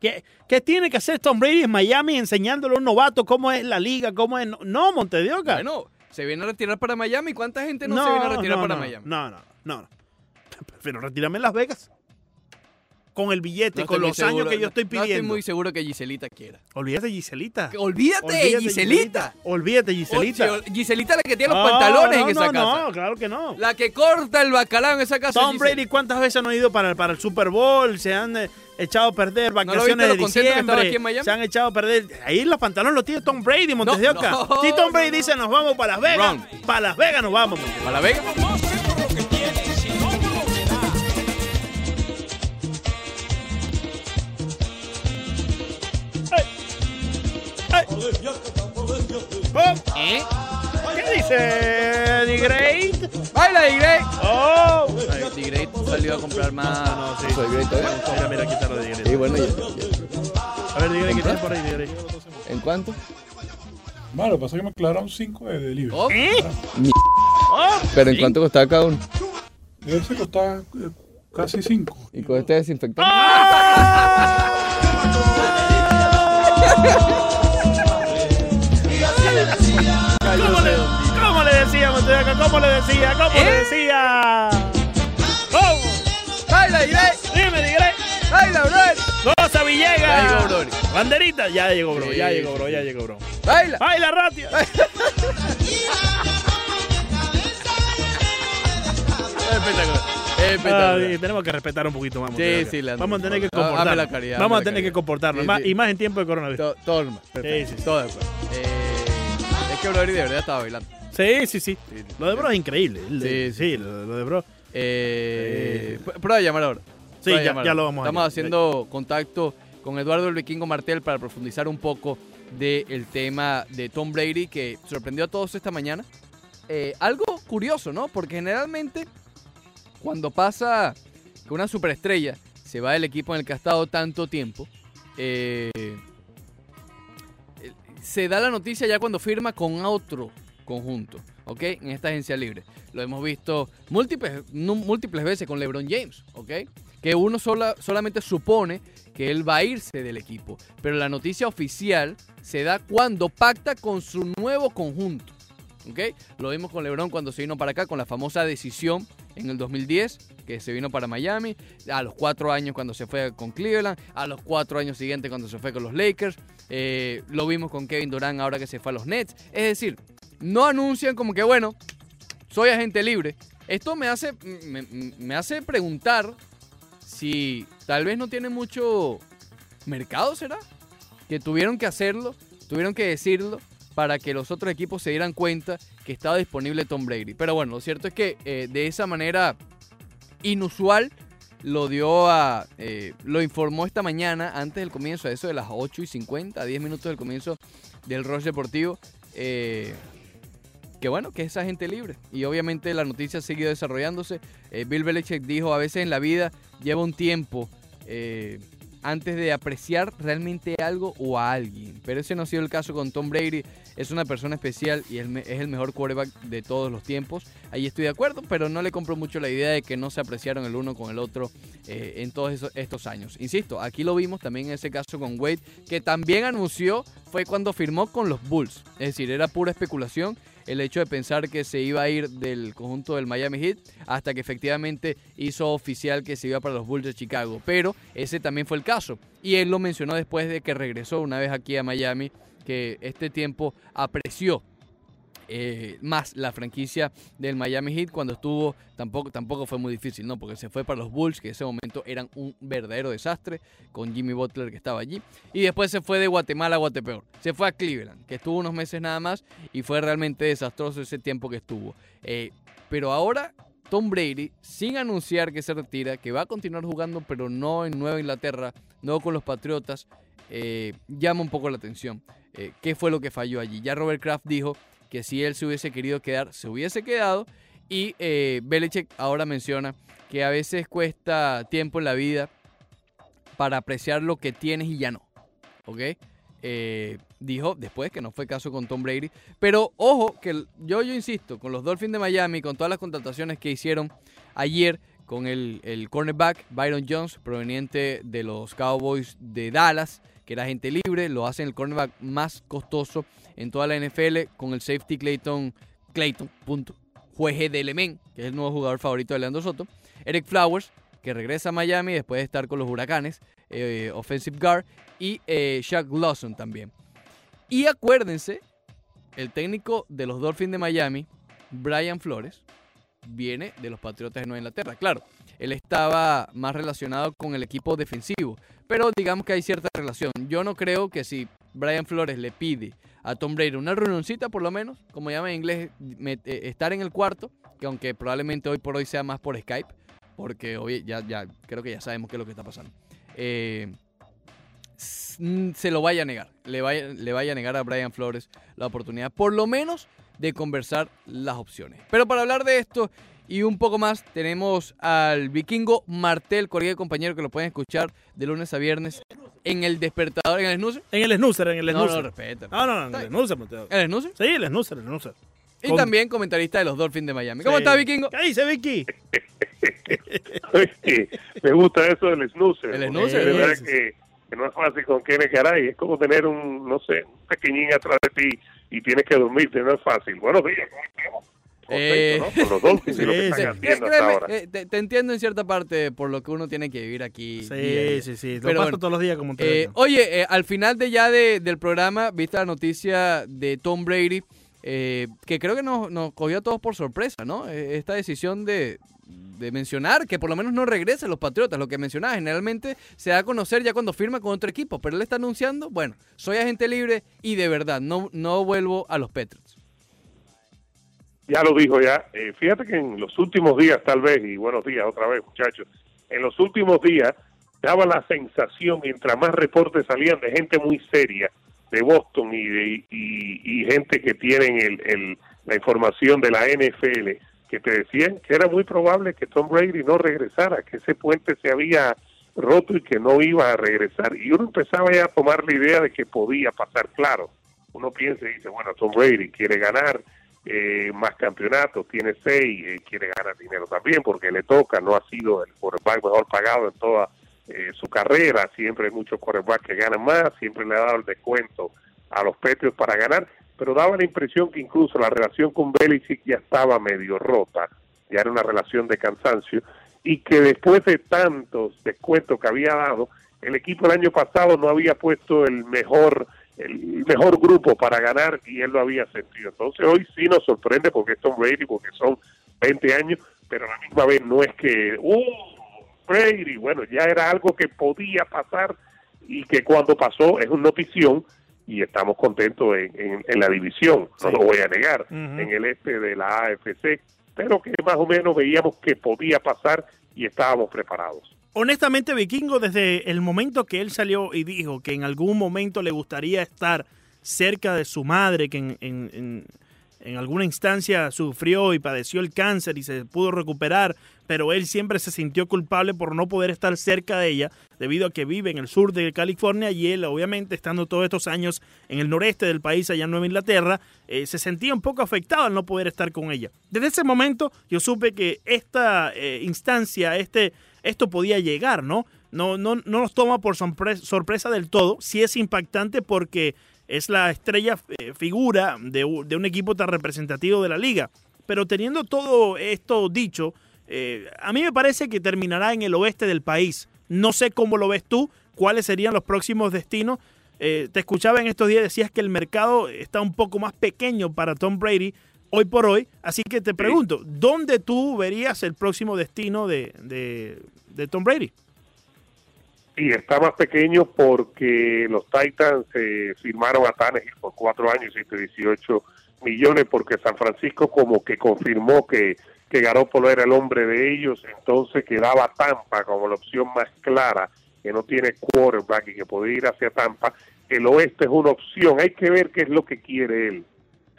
[SPEAKER 2] ¿Qué, qué tiene que hacer Tom Brady en Miami enseñándole a un novato cómo es la liga, cómo es? No, Montedioca.
[SPEAKER 1] Bueno, se viene a retirar para Miami. ¿Cuánta gente no, se viene a retirar
[SPEAKER 2] no,
[SPEAKER 1] para
[SPEAKER 2] no,
[SPEAKER 1] Miami?
[SPEAKER 2] No, no, no, [laughs] no. Prefiero retirarme en Las Vegas. Con el billete,
[SPEAKER 1] No estoy
[SPEAKER 2] con
[SPEAKER 1] muy
[SPEAKER 2] los
[SPEAKER 1] seguro,
[SPEAKER 2] años que
[SPEAKER 1] no-
[SPEAKER 2] yo estoy
[SPEAKER 1] No estoy
[SPEAKER 2] pidiendo.
[SPEAKER 1] muy seguro que Giselita quiera.
[SPEAKER 2] [laughs] Olvídate, Giselita.
[SPEAKER 1] Que- Olvídate, de Giselita.
[SPEAKER 2] Olvídate, Giselita.
[SPEAKER 1] Oye, Giselita la que tiene los
[SPEAKER 2] No,
[SPEAKER 1] pantalones
[SPEAKER 2] no,
[SPEAKER 1] en esa
[SPEAKER 2] no,
[SPEAKER 1] casa.
[SPEAKER 2] No, claro que no.
[SPEAKER 1] La que corta el bacalao en esa casa.
[SPEAKER 2] Tom
[SPEAKER 1] es
[SPEAKER 2] Brady,
[SPEAKER 1] Giselle.
[SPEAKER 2] ¿cuántas veces no ha ido para, para el Super Bowl? Se han eh, echado a perder
[SPEAKER 1] lo
[SPEAKER 2] vacaciones
[SPEAKER 1] viste lo
[SPEAKER 2] de
[SPEAKER 1] contento que estaba
[SPEAKER 2] diciembre.
[SPEAKER 1] aquí en Miami?
[SPEAKER 2] se han echado a perder. Ahí los pantalones los tiene Tom Brady, Montes de
[SPEAKER 1] No,
[SPEAKER 2] Oca.
[SPEAKER 1] no,
[SPEAKER 2] si Tom Brady
[SPEAKER 1] no, no.
[SPEAKER 2] dice nos vamos para Las Vegas,
[SPEAKER 1] Wrong.
[SPEAKER 2] para Las Vegas nos vamos. Montes de Oca.
[SPEAKER 1] ¿A la Vega?
[SPEAKER 2] ¡Ay! ¡Ay! ¡Oh!
[SPEAKER 1] ¿Eh?
[SPEAKER 2] ¿Qué dice The Great?
[SPEAKER 1] ¡Baila, D-Great!
[SPEAKER 2] ¡Oh!
[SPEAKER 1] D-Great salió a comprar más.
[SPEAKER 2] No, sí.
[SPEAKER 3] Soy Great todavía.
[SPEAKER 2] Mira, mira, aquí está lo de The
[SPEAKER 3] Y
[SPEAKER 2] Great.
[SPEAKER 3] bueno, ya- ya.
[SPEAKER 2] A ver, The Great, ¿qué tienes por ahí, The Great?
[SPEAKER 3] ¿en cuánto?
[SPEAKER 4] Malo, lo que pasa es que me aclararon 5 de delivery.
[SPEAKER 1] Oh,
[SPEAKER 2] ¿Eh?
[SPEAKER 3] Mi-
[SPEAKER 2] ¡Oh!
[SPEAKER 3] ¿Pero en cuánto costaba cada uno?
[SPEAKER 4] Ese costaba eh, casi 5.
[SPEAKER 3] ¿Y con este
[SPEAKER 4] Ah.
[SPEAKER 3] desinfectante?
[SPEAKER 2] Oh, ¿Cómo le, cómo le decía, Montevideo? ¿Cómo le decía? ¿Cómo le
[SPEAKER 1] ¿Eh?
[SPEAKER 2] decía? Oh. ¿Cómo?
[SPEAKER 1] ¡Baila, D-Great!
[SPEAKER 2] Dime, Tigre.
[SPEAKER 1] ¡Baila, brother!
[SPEAKER 2] Rosa Villegas.
[SPEAKER 1] Ya llegó, brother.
[SPEAKER 2] Banderita. Ya llegó, bro. Ya
[SPEAKER 1] Sí,
[SPEAKER 2] llegó, bro.
[SPEAKER 1] sí,
[SPEAKER 2] Ya
[SPEAKER 1] sí.
[SPEAKER 2] llegó, bro.
[SPEAKER 1] ¡Baila!
[SPEAKER 2] ¡Ay, la ratia!
[SPEAKER 1] Espectacular.
[SPEAKER 2] Ah,
[SPEAKER 1] Espectacular.
[SPEAKER 2] y tenemos que respetar un poquito más.
[SPEAKER 1] Sí,
[SPEAKER 2] Montevideo.
[SPEAKER 1] sí, la-
[SPEAKER 2] Vamos a tener que
[SPEAKER 1] Ah,
[SPEAKER 2] comportarnos.
[SPEAKER 1] hazme la caridad, hazme
[SPEAKER 2] Vamos a
[SPEAKER 1] la
[SPEAKER 2] tener que
[SPEAKER 1] caridad.
[SPEAKER 2] comportarnos.
[SPEAKER 1] Sí,
[SPEAKER 2] más-
[SPEAKER 1] sí.
[SPEAKER 2] Y más en tiempo de coronavirus.
[SPEAKER 1] To- Todo normal.
[SPEAKER 2] Sí, sí, sí.
[SPEAKER 1] Todo de acuerdo. Eh, es que Brody de verdad estaba bailando.
[SPEAKER 2] Sí, sí, sí.
[SPEAKER 1] Sí,
[SPEAKER 2] Lo de Bro es increíble. Sí,
[SPEAKER 1] Sí, sí.
[SPEAKER 2] sí, lo lo de Bro.
[SPEAKER 1] Eh, pr- Prueba a llamar ahora.
[SPEAKER 2] Sí,
[SPEAKER 1] Prueba a
[SPEAKER 2] ya-
[SPEAKER 1] llamar
[SPEAKER 2] ya
[SPEAKER 1] ahora.
[SPEAKER 2] lo vamos a
[SPEAKER 1] Estamos
[SPEAKER 2] llamar.
[SPEAKER 1] haciendo contacto con Eduardo el Vikingo Martel para profundizar un poco del tema de Tom Brady que sorprendió a todos esta mañana. Eh, algo curioso, ¿no? Porque generalmente cuando pasa que una superestrella se va del equipo en el que ha estado tanto tiempo, eh, eh, se da la noticia ya cuando firma con otro conjunto, ¿ok? En esta agencia libre. Lo hemos visto múltiples, nu- múltiples veces con LeBron James, ¿ok? Que uno sola, solamente supone que él va a irse del equipo, pero la noticia oficial se da cuando pacta con su nuevo conjunto, ¿ok? Lo vimos con LeBron cuando se vino para acá, con la famosa decisión en el 2010, que se vino para Miami, a los cuatro años cuando se fue con Cleveland, a los cuatro años siguientes cuando se fue con los Lakers, eh, lo vimos con Kevin Durant ahora que se fue a los Nets, es decir, no anuncian como que bueno, soy agente libre. Esto me hace, me, me hace preguntar si tal vez no tiene mucho mercado, ¿será? Que tuvieron que hacerlo, tuvieron que decirlo para que los otros equipos se dieran cuenta que estaba disponible Tom Brady. Pero bueno, lo cierto es que eh, de esa manera inusual lo dio a. eh, lo informó esta mañana antes del comienzo, a eso de las 8 y 50, a 10 minutos del comienzo del Rush Deportivo. eh, que bueno, que es agente libre. Y obviamente la noticia ha seguido desarrollándose. Eh, Bill Belichick dijo, a veces en la vida lleva un tiempo eh, antes de apreciar realmente algo o a alguien. Pero ese no ha sido el caso con Tom Brady. Es una persona especial y él me- es el mejor quarterback de todos los tiempos. Ahí estoy de acuerdo, pero no le compro mucho la idea de que no se apreciaron el uno con el otro eh, en todos esos- estos años. Insisto, aquí lo vimos también en ese caso con Wade, que también anunció fue cuando firmó con los Bulls. Es decir, era pura especulación el hecho de pensar que se iba a ir del conjunto del Miami Heat hasta que efectivamente hizo oficial que se iba para los Bulls de Chicago. Pero ese también fue el caso. Y él lo mencionó después de que regresó una vez aquí a Miami, que este tiempo apreció eh, más la franquicia del Miami Heat cuando estuvo, tampoco, tampoco fue muy difícil, ¿no? Porque se fue para los Bulls, que en ese momento eran un verdadero desastre, con Jimmy Butler que estaba allí. Y después se fue de Guatemala a Guatepeor. Se fue a Cleveland, que estuvo unos meses nada más, y fue realmente desastroso ese tiempo que estuvo. Eh, pero ahora Tom Brady, sin anunciar que se retira, que va a continuar jugando, pero no en Nueva Inglaterra, no con los Patriotas, eh, llama un poco la atención. Eh, ¿Qué fue lo que falló allí? Ya Robert Kraft dijo que si él se hubiese querido quedar, se hubiese quedado. Y eh, Belichick ahora menciona que a veces cuesta tiempo en la vida para apreciar lo que tienes y ya no. ¿Ok? Eh, dijo después que no fue caso con Tom Brady. Pero ojo, que el- yo, yo insisto, con los Dolphins de Miami, con todas las contrataciones que hicieron ayer con el, el cornerback Byron Jones, proveniente de los Cowboys de Dallas, que era gente libre, lo hacen el cornerback más costoso en toda la NFL, con el safety Clayton, Clayton, punto, juegue de Lemen, que es el nuevo jugador favorito de Leandro Soto, Eric Flowers, que regresa a Miami después de estar con los Huracanes, eh, offensive guard, y eh, Shaq Lawson también. Y acuérdense, el técnico de los Dolphins de Miami, Brian Flores, viene de los Patriotas de Nueva Inglaterra. Claro, él estaba más relacionado con el equipo defensivo, pero digamos que hay cierta relación. Yo no creo que si Brian Flores le pide a Tom Brady una reunioncita, por lo menos, como llama en inglés, me- eh, estar en el cuarto, que aunque probablemente hoy por hoy sea más por Skype, porque hoy ya, ya creo que ya sabemos qué es lo que está pasando. Eh, s- mm, se lo vaya a negar. Le vaya, le vaya a negar a Brian Flores la oportunidad, por lo menos, de conversar las opciones. Pero para hablar de esto y un poco más, tenemos al vikingo Martel, colega y compañero, que lo pueden escuchar de lunes a viernes en el despertador, en el snooze.
[SPEAKER 2] En el snoozer, en el
[SPEAKER 1] No, no, Eh.
[SPEAKER 2] snoozer.
[SPEAKER 1] respeta.
[SPEAKER 2] No, no, no, en el snoozer. Mateo.
[SPEAKER 1] ¿El snooze?
[SPEAKER 2] Sí, el snoozer, el snoozer.
[SPEAKER 1] Y
[SPEAKER 2] Con-
[SPEAKER 1] también comentarista de los Dolphins de Miami. ¿Cómo
[SPEAKER 2] Sí.
[SPEAKER 1] estás, vikingo?
[SPEAKER 2] ¿Qué dice Vicky?
[SPEAKER 5] Sí, me gusta eso del snoozer.
[SPEAKER 1] El
[SPEAKER 5] porque
[SPEAKER 1] snoozer, eh.
[SPEAKER 5] De
[SPEAKER 1] sí,
[SPEAKER 5] verdad
[SPEAKER 2] sí,
[SPEAKER 5] que, que no es fácil con Kenneth Garay. Es como tener un, no sé, un pequeñín atrás de ti y tienes que dormirte. No es fácil. Buenos días, ¿cómo estamos?
[SPEAKER 1] Eh.
[SPEAKER 5] Contento, ¿no? Con los Dolphins y lo
[SPEAKER 2] Sí,
[SPEAKER 5] que
[SPEAKER 2] sí.
[SPEAKER 5] están
[SPEAKER 1] Eh,
[SPEAKER 5] haciendo hasta
[SPEAKER 1] créeme,
[SPEAKER 5] ahora.
[SPEAKER 1] eh, te, te entiendo en cierta parte por lo que uno tiene que vivir aquí. día a
[SPEAKER 2] Sí,
[SPEAKER 1] día.
[SPEAKER 2] sí, sí. Lo
[SPEAKER 1] Pero
[SPEAKER 2] paso
[SPEAKER 1] bueno,
[SPEAKER 2] todos los días como un
[SPEAKER 1] Eh,
[SPEAKER 2] tren.
[SPEAKER 1] oye, eh, al final de ya de- del programa, viste la noticia de Tom Brady, eh, que creo que nos, nos cogió a todos por sorpresa, ¿no? Eh, esta decisión de, de mencionar que por lo menos no regresen los Patriotas, lo que mencionaba, generalmente se da a conocer ya cuando firma con otro equipo, pero él está anunciando, bueno, soy agente libre y de verdad, no, no vuelvo a los Patriots.
[SPEAKER 5] Ya lo dijo ya. Eh, fíjate que en los últimos días, tal vez, y buenos días otra vez, muchachos, en los últimos días daba la sensación, mientras más reportes salían de gente muy seria de Boston y, de, y, y gente que tienen el, el- la información de la NFL, que te decían que era muy probable que Tom Brady no regresara, que ese puente se había roto y que no iba a regresar. Y uno empezaba ya a tomar la idea de que podía pasar, claro. Uno piensa y dice, bueno, Tom Brady quiere ganar, eh, más campeonatos, tiene seis, eh, quiere ganar dinero también porque le toca, no ha sido el quarterback mejor pagado en toda eh, su carrera, siempre hay muchos quarterbacks que ganan más, siempre le ha dado el descuento a los Patriots para ganar, pero daba la impresión que incluso la relación con Belichick ya estaba medio rota, ya era una relación de cansancio, y que después de tantos descuentos que había dado, el equipo el año pasado no había puesto el mejor el mejor grupo para ganar y él lo había sentido. Entonces hoy sí nos sorprende porque es Tom Brady, porque son 20 años, pero a la misma vez no es que, ¡uh! Brady, bueno, ya era algo que podía pasar y que cuando pasó es una notición y estamos contentos en, en- en la división, no lo voy a negar,
[SPEAKER 2] Ujú.
[SPEAKER 5] en el este de la AFC, pero que más o menos veíamos que podía pasar y estábamos preparados.
[SPEAKER 2] Honestamente, Vikingo, desde el momento que él salió y dijo que en algún momento le gustaría estar cerca de su madre, que en, en- en- en alguna instancia sufrió y padeció el cáncer y se pudo recuperar, pero él siempre se sintió culpable por no poder estar cerca de ella, debido a que vive en el sur de California y él, obviamente, estando todos estos años en el noreste del país, allá en Nueva Inglaterra, eh, se sentía un poco afectado al no poder estar con ella. Desde ese momento yo supe que esta eh, instancia, este, esto podía llegar, ¿no? No, no, no nos toma por sorpre- sorpresa del todo, sí es impactante porque es la estrella eh, figura de, u- de un equipo tan representativo de la liga. Pero teniendo todo esto dicho, eh, a mí me parece que terminará en el oeste del país. No sé cómo lo ves tú, cuáles serían los próximos destinos. Eh, te escuchaba en estos días, decías que el mercado está un poco más pequeño para Tom Brady hoy por hoy. Así que te pregunto, ¿dónde tú verías el próximo destino de, de- de Tom Brady?
[SPEAKER 5] Sí, está más pequeño porque los Titans eh, firmaron a Tannehill por cuatro años y 18 millones porque San Francisco como que confirmó que, que Garoppolo era el hombre de ellos, entonces quedaba Tampa como la opción más clara que no tiene quarterback y que puede ir hacia Tampa. El oeste es una opción, hay que ver qué es lo que quiere él.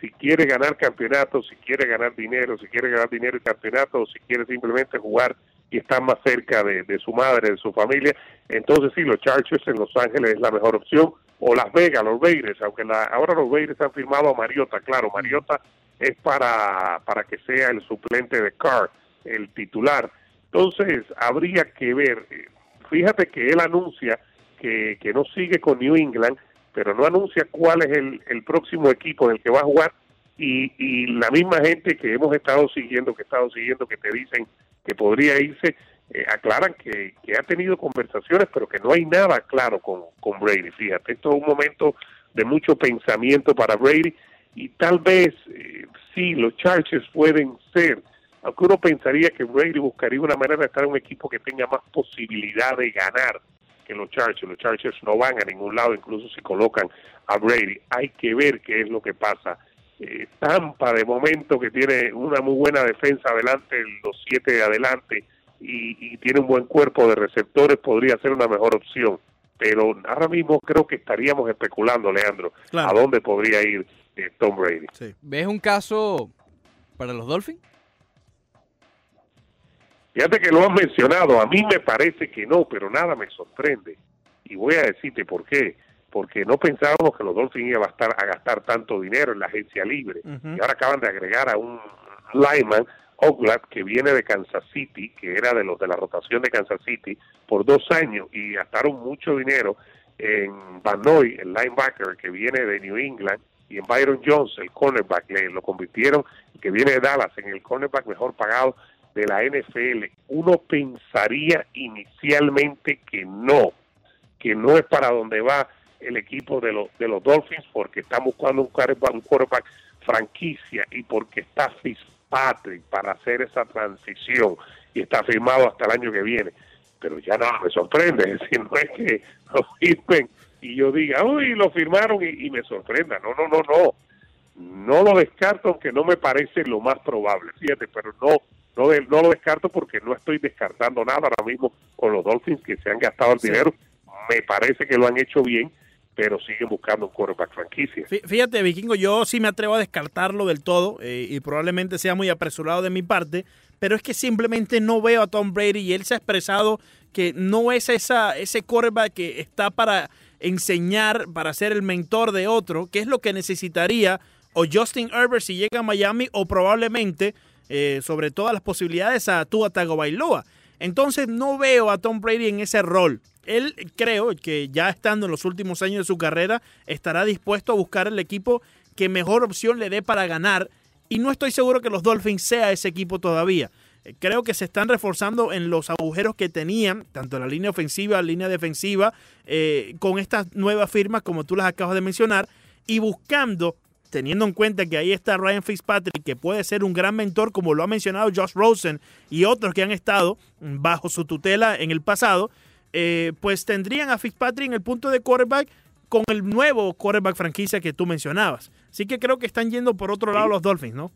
[SPEAKER 5] Si quiere ganar campeonatos, si quiere ganar dinero, si quiere ganar dinero y campeonato, o si quiere simplemente jugar y estar más cerca de, de su madre, de su familia, entonces sí, los Chargers en Los Ángeles es la mejor opción, o Las Vegas, los Raiders, aunque la- ahora los Raiders han firmado a Mariota, claro, Mariota es para, para que sea el suplente de Carr, el titular. Entonces, habría que ver, eh, fíjate que él anuncia que, que no sigue con New England, pero no anuncia cuál es el, el próximo equipo en el que va a jugar, y, y la misma gente que hemos estado siguiendo, que he estado siguiendo, que te dicen que podría irse, eh, aclaran que, que ha tenido conversaciones, pero que no hay nada claro con, con Brady. Fíjate, esto es un momento de mucho pensamiento para Brady y tal vez eh, sí, los Chargers pueden ser, aunque uno pensaría que Brady buscaría una manera de estar en un equipo que tenga más posibilidad de ganar que los Chargers. Los Chargers no van a ningún lado, incluso si colocan a Brady. Hay que ver qué es lo que pasa. Eh, Tampa, de momento, que tiene una muy buena defensa adelante, los siete de adelante, y, y tiene un buen cuerpo de receptores, podría ser una mejor opción. pero ahora mismo creo que estaríamos especulando, Leandro,
[SPEAKER 2] Claro.
[SPEAKER 5] a dónde podría ir eh, Tom Brady.
[SPEAKER 1] ¿Ves un caso para los Dolphins?
[SPEAKER 5] Fíjate que lo han mencionado, a mí me parece que no, pero nada me sorprende. Y voy a decirte por qué. Porque no pensábamos que los Dolphins iban a gastar, a gastar tanto dinero en la agencia libre.
[SPEAKER 2] Ujú.
[SPEAKER 5] Y ahora acaban de agregar a un lineman, Oglad, que viene de Kansas City, que era de los de la rotación de Kansas City, por dos años y gastaron mucho dinero en Banoy, el linebacker que viene de New England, y en Byron Jones, el cornerback, le- lo convirtieron, que viene de Dallas, en el cornerback mejor pagado de la NFL. Uno pensaría inicialmente que no, que no es para donde va el equipo de, los de los Dolphins porque están buscando un quarterback, un quarterback franquicia y porque está Fitzpatrick para hacer esa transición y está firmado hasta el año que viene. Pero ya nada me sorprende, [laughs] es decir, no es que lo firmen y yo diga, uy, lo firmaron y, y me sorprenda. No, no, no, no. No lo descarto, aunque no me parece lo más probable, fíjate, pero no, no, de- no lo descarto porque no estoy descartando nada ahora mismo con los Dolphins que se han gastado el dinero. Me parece que lo han hecho bien, pero siguen buscando un quarterback franquicia.
[SPEAKER 2] Fí- Fíjate, Vikingo, yo sí me atrevo a descartarlo del todo eh, y probablemente sea muy apresurado de mi parte, pero es que simplemente no veo a Tom Brady y él se ha expresado que no es esa, ese quarterback que está para enseñar, para ser el mentor de otro, que es lo que necesitaría o Justin Herbert si llega a Miami o probablemente eh, sobre todas las posibilidades a Tua Tagovailoa. Entonces no veo a Tom Brady en ese rol. Él creo que ya estando en los últimos años de su carrera estará dispuesto a buscar el equipo que mejor opción le dé para ganar y no estoy seguro que los Dolphins sea ese equipo todavía. Eh, Creo que se están reforzando en los agujeros que tenían, tanto en la línea ofensiva, línea defensiva, eh, con estas nuevas firmas como tú las acabas de mencionar y buscando teniendo en cuenta que ahí está Ryan Fitzpatrick, que puede ser un gran mentor, como lo ha mencionado Josh Rosen y otros que han estado bajo su tutela en el pasado, eh, pues tendrían a Fitzpatrick en el punto de quarterback con el nuevo quarterback franquicia que tú mencionabas. Así que creo que están yendo por otro lado los Dolphins, ¿no?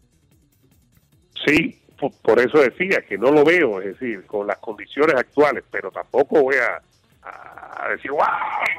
[SPEAKER 5] Sí, po- por eso decía que no lo veo, es decir, con las condiciones actuales, pero tampoco voy a, a decir, wow,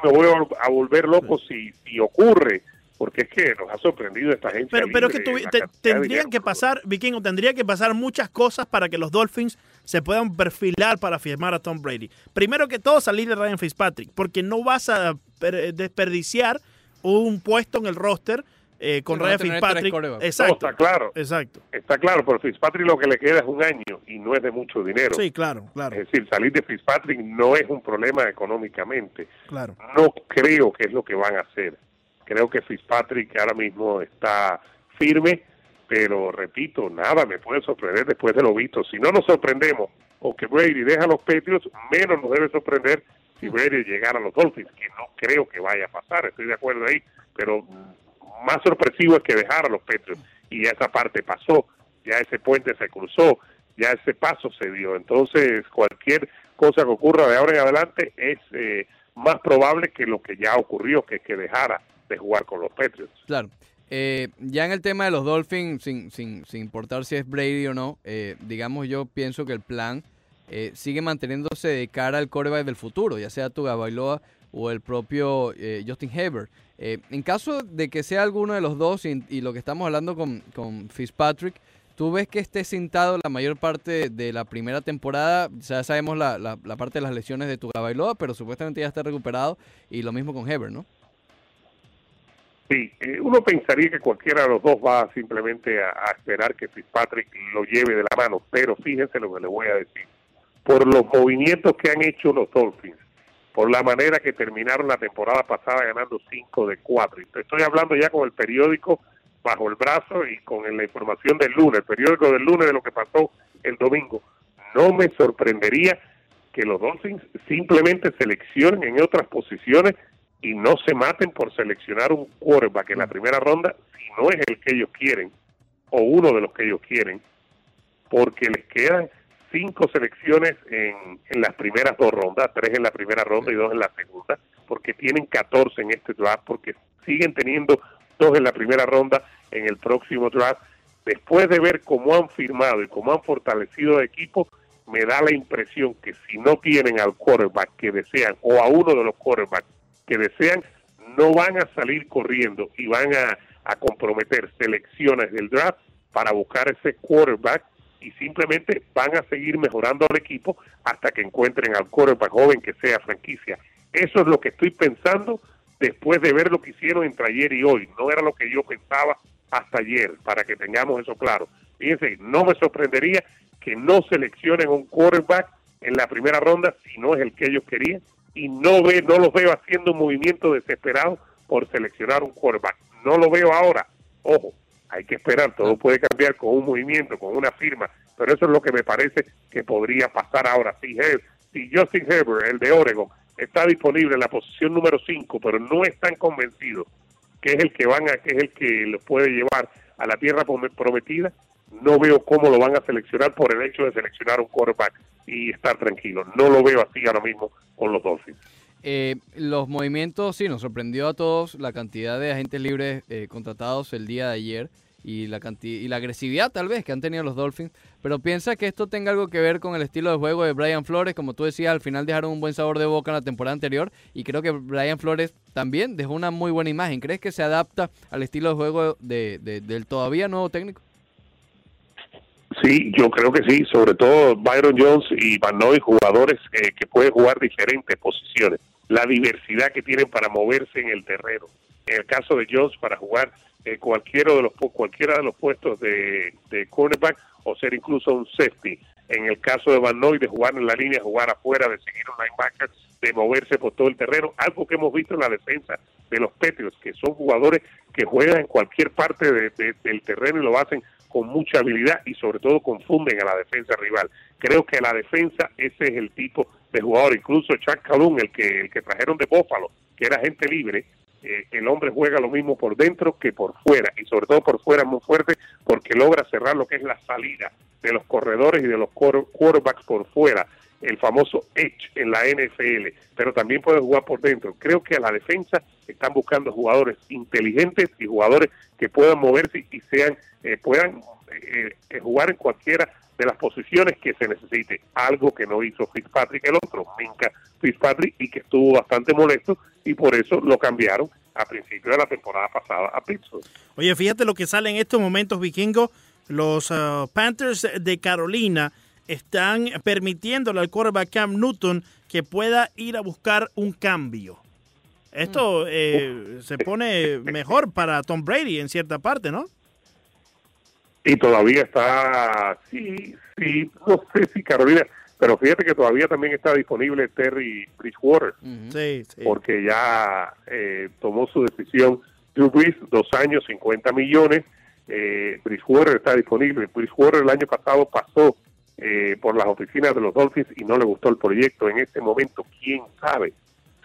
[SPEAKER 5] me voy a, vol- a volver loco si, si ocurre, porque es que nos ha sorprendido esta gente.
[SPEAKER 2] Pero, pero es que tuvi- te- tendrían que pasar, Vikingo, tendría que pasar muchas cosas para que los Dolphins se puedan perfilar para firmar a Tom Brady. Primero que todo, salir de Ryan Fitzpatrick, porque no vas a per- desperdiciar un puesto en el roster eh, con
[SPEAKER 1] Sí, van a
[SPEAKER 2] Ryan
[SPEAKER 1] tener tres
[SPEAKER 2] Fitzpatrick.
[SPEAKER 1] quarterbacks.
[SPEAKER 2] Exacto,
[SPEAKER 5] está claro,
[SPEAKER 2] exacto.
[SPEAKER 5] está claro, pero Fitzpatrick lo que le queda es un año y no es de mucho dinero.
[SPEAKER 2] Sí, claro, claro,
[SPEAKER 5] Es decir, salir de Fitzpatrick no es un problema económicamente.
[SPEAKER 2] claro.
[SPEAKER 5] no creo que es lo que van a hacer. Creo que Fitzpatrick ahora mismo está firme, pero repito, nada me puede sorprender después de lo visto. Si no nos sorprendemos o que Brady deja a los Patriots, menos nos debe sorprender si Brady llegara a los Dolphins, que no creo que vaya a pasar, estoy de acuerdo ahí, pero más sorpresivo es que dejara a los Patriots y ya esa parte pasó, ya ese puente se cruzó, ya ese paso se dio. Entonces, cualquier cosa que ocurra de ahora en adelante es eh, más probable que lo que ya ocurrió, que es que dejara de jugar con los Patriots.
[SPEAKER 1] Claro. Eh, ya en el tema de los Dolphins, sin, sin, sin importar si es Brady o no, eh, digamos yo pienso que el plan eh, sigue manteniéndose de cara al coreback del futuro, ya sea tu Bailoa o el propio eh, Justin Herbert. Eh, en caso de que sea alguno de los dos y, y lo que estamos hablando con, con Fitzpatrick, tú ves que esté sentado la mayor parte de la primera temporada, ya sabemos la, la- la parte de las lesiones de tu Bailoa, pero supuestamente ya está recuperado y lo mismo con Herbert, ¿no?
[SPEAKER 5] Sí, eh, uno pensaría que cualquiera de los dos va simplemente a, a esperar que Fitzpatrick lo lleve de la mano, pero fíjense lo que le voy a decir. Por los movimientos que han hecho los Dolphins, por la manera que terminaron la temporada pasada ganando 5 de 4. Estoy hablando ya con el periódico bajo el brazo y con la información del lunes, el periódico del lunes de lo que pasó el domingo. No me sorprendería que los Dolphins simplemente seleccionen en otras posiciones y no se maten por seleccionar un quarterback en la primera ronda si no es el que ellos quieren o uno de los que ellos quieren, porque les quedan cinco selecciones en, en las primeras dos rondas, tres en la primera ronda y dos en la segunda, porque tienen 14 en este draft, porque siguen teniendo dos en la primera ronda en el próximo draft. Después de ver cómo han firmado y cómo han fortalecido el equipo, me da la impresión que si no tienen al quarterback que desean o a uno de los quarterbacks que desean, no van a salir corriendo y van a, a comprometer selecciones del draft para buscar ese quarterback y simplemente van a seguir mejorando al equipo hasta que encuentren al quarterback joven que sea franquicia. Eso es lo que estoy pensando después de ver lo que hicieron entre ayer y hoy. No era lo que yo pensaba hasta ayer, para que tengamos eso claro. Fíjense, no me sorprendería que no seleccionen un quarterback en la primera ronda si no es el que ellos querían y no ve, no los veo haciendo un movimiento desesperado por seleccionar un quarterback. No lo veo ahora. Ojo, hay que esperar, todo puede cambiar con un movimiento, con una firma, pero eso es lo que me parece que podría pasar ahora. Si, Her- si Justin Herbert, el de Oregon, está disponible en la posición número 5, pero no están convencidos que es el que van a, que es el que los puede llevar a la tierra prom- prometida, no veo cómo lo van a seleccionar por el hecho de seleccionar un quarterback y estar tranquilo. No lo veo así ahora mismo con los Dolphins.
[SPEAKER 1] Eh, los movimientos, sí, nos sorprendió a todos la cantidad de agentes libres eh, contratados el día de ayer y la, canti- y la agresividad tal vez que han tenido los Dolphins, pero piensa que esto tenga algo que ver con el estilo de juego de Brian Flores, como tú decías, al final dejaron un buen sabor de boca en la temporada anterior y creo que Brian Flores también dejó una muy buena imagen. ¿Crees que se adapta al estilo de juego de- de- del todavía nuevo técnico?
[SPEAKER 5] Sí, yo creo que sí, sobre todo Byron Jones y Van Noy, jugadores eh, que pueden jugar diferentes posiciones, la diversidad que tienen para moverse en el terreno. En el caso de Jones, para jugar eh, cualquiera, de los, pu- cualquiera de los puestos de, de cornerback o ser incluso un safety. En el caso de Van Noy, de jugar en la línea, jugar afuera, de seguir un linebacker, de moverse por todo el terreno, algo que hemos visto en la defensa de los Patriots, que son jugadores que juegan en cualquier parte de- de- del terreno y lo hacen con mucha habilidad y sobre todo confunden a la defensa rival. Creo que la defensa ese es el tipo de jugador, incluso Chuck Calhoun, el que, el que trajeron de Buffalo, que era gente libre, eh, el hombre juega lo mismo por dentro que por fuera y sobre todo por fuera es muy fuerte porque logra cerrar lo que es la salida de los corredores y de los quar- quarterbacks por fuera, el famoso edge en la NFL, pero también puede jugar por dentro. Creo que a la defensa están buscando jugadores inteligentes y jugadores que puedan moverse y sean eh, puedan eh, eh, jugar en cualquiera de las posiciones que se necesite, algo que no hizo Fitzpatrick el otro, Minka Fitzpatrick, y que estuvo bastante molesto y por eso lo cambiaron a principio de la temporada pasada a Pittsburgh.
[SPEAKER 2] Oye, fíjate lo que sale en estos momentos, vikingos. Los uh, Panthers de Carolina están permitiéndole al quarterback Cam Newton que pueda ir a buscar un cambio. Esto eh, se pone mejor para Tom Brady en cierta parte, ¿no?
[SPEAKER 5] Y todavía está, sí, sí, no sé si Carolina, pero fíjate que todavía también está disponible Terry Bridgewater,
[SPEAKER 1] Mm.
[SPEAKER 2] Sí, sí.
[SPEAKER 5] porque ya eh, tomó su decisión Drew Brees, dos años, 50 millones. Eh, Bridgewater está disponible. Bridgewater el año pasado pasó eh, por las oficinas de los Dolphins y no le gustó el proyecto. En este momento, quién sabe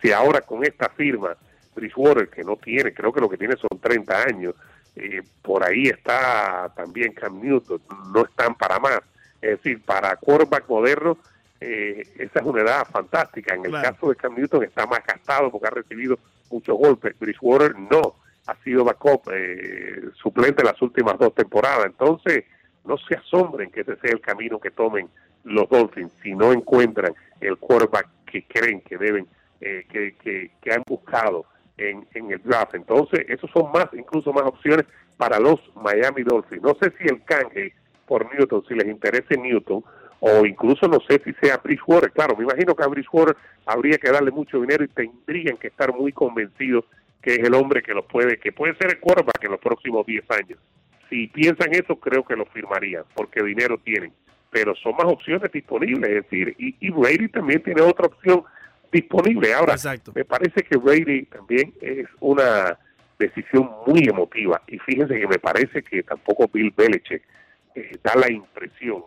[SPEAKER 5] si ahora con esta firma, Bridgewater, que no tiene, creo que lo que tiene son 30 años, eh, por ahí está también Cam Newton, no están para más. Es decir, para quarterback moderno, eh, esa es una edad fantástica. En el
[SPEAKER 2] Claro.
[SPEAKER 5] caso de Cam Newton está más gastado porque ha recibido muchos golpes. Bridgewater no, ha sido backup eh, suplente las últimas dos temporadas. Entonces, no se asombren que ese sea el camino que tomen los Dolphins si no encuentran el quarterback que creen que deben, eh, que, que, que han buscado en, en el draft. Entonces, esos son más, incluso más opciones para los Miami Dolphins. No sé si el canje por Newton, si les interese Newton, o incluso no sé si sea Bridgewater. Claro, me imagino que a Bridgewater habría que darle mucho dinero y tendrían que estar muy convencidos que es el hombre que los puede, que puede ser el quarterback en los próximos 10 años. Si piensan eso, creo que lo firmarían, porque dinero tienen. Pero son más opciones disponibles, es decir, y, y Brady también tiene otra opción disponible. Ahora,
[SPEAKER 2] Exacto.
[SPEAKER 5] me parece que Brady también es una decisión muy emotiva. Y fíjense que me parece que tampoco Bill Belichick eh, da la impresión,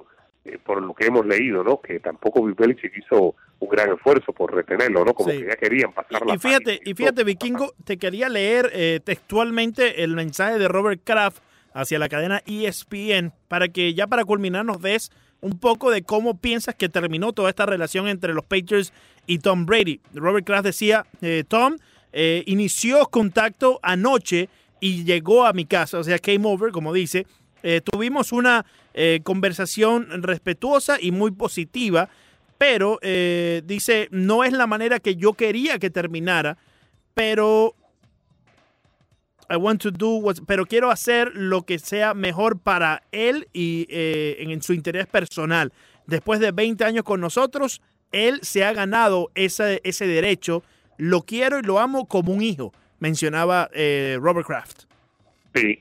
[SPEAKER 5] eh, por lo que hemos leído, ¿no? Que tampoco Bill Belichick hizo un gran esfuerzo por retenerlo, ¿no? Como
[SPEAKER 2] Sí.
[SPEAKER 5] que ya querían pasar la
[SPEAKER 2] Y fíjate,
[SPEAKER 5] página.
[SPEAKER 2] y fíjate, Vikingo, te quería leer eh, textualmente el mensaje de Robert Kraft hacia la cadena E ESPN para que ya para culminar nos des un poco de cómo piensas que terminó toda esta relación entre los Patriots y Tom Brady. Robert Kraft decía, eh, Tom eh, inició contacto anoche y llegó a mi casa, o sea, came over, como dice. Eh, tuvimos una eh, eh, conversación respetuosa y muy positiva, pero eh, dice, no es la manera que yo quería que terminara, pero... I want to do what- pero quiero hacer lo que sea mejor para él y eh, en su interés personal. Después de 20 años con nosotros, él se ha ganado ese, ese derecho. Lo quiero y lo amo como un hijo, mencionaba eh, Robert Kraft.
[SPEAKER 5] Sí,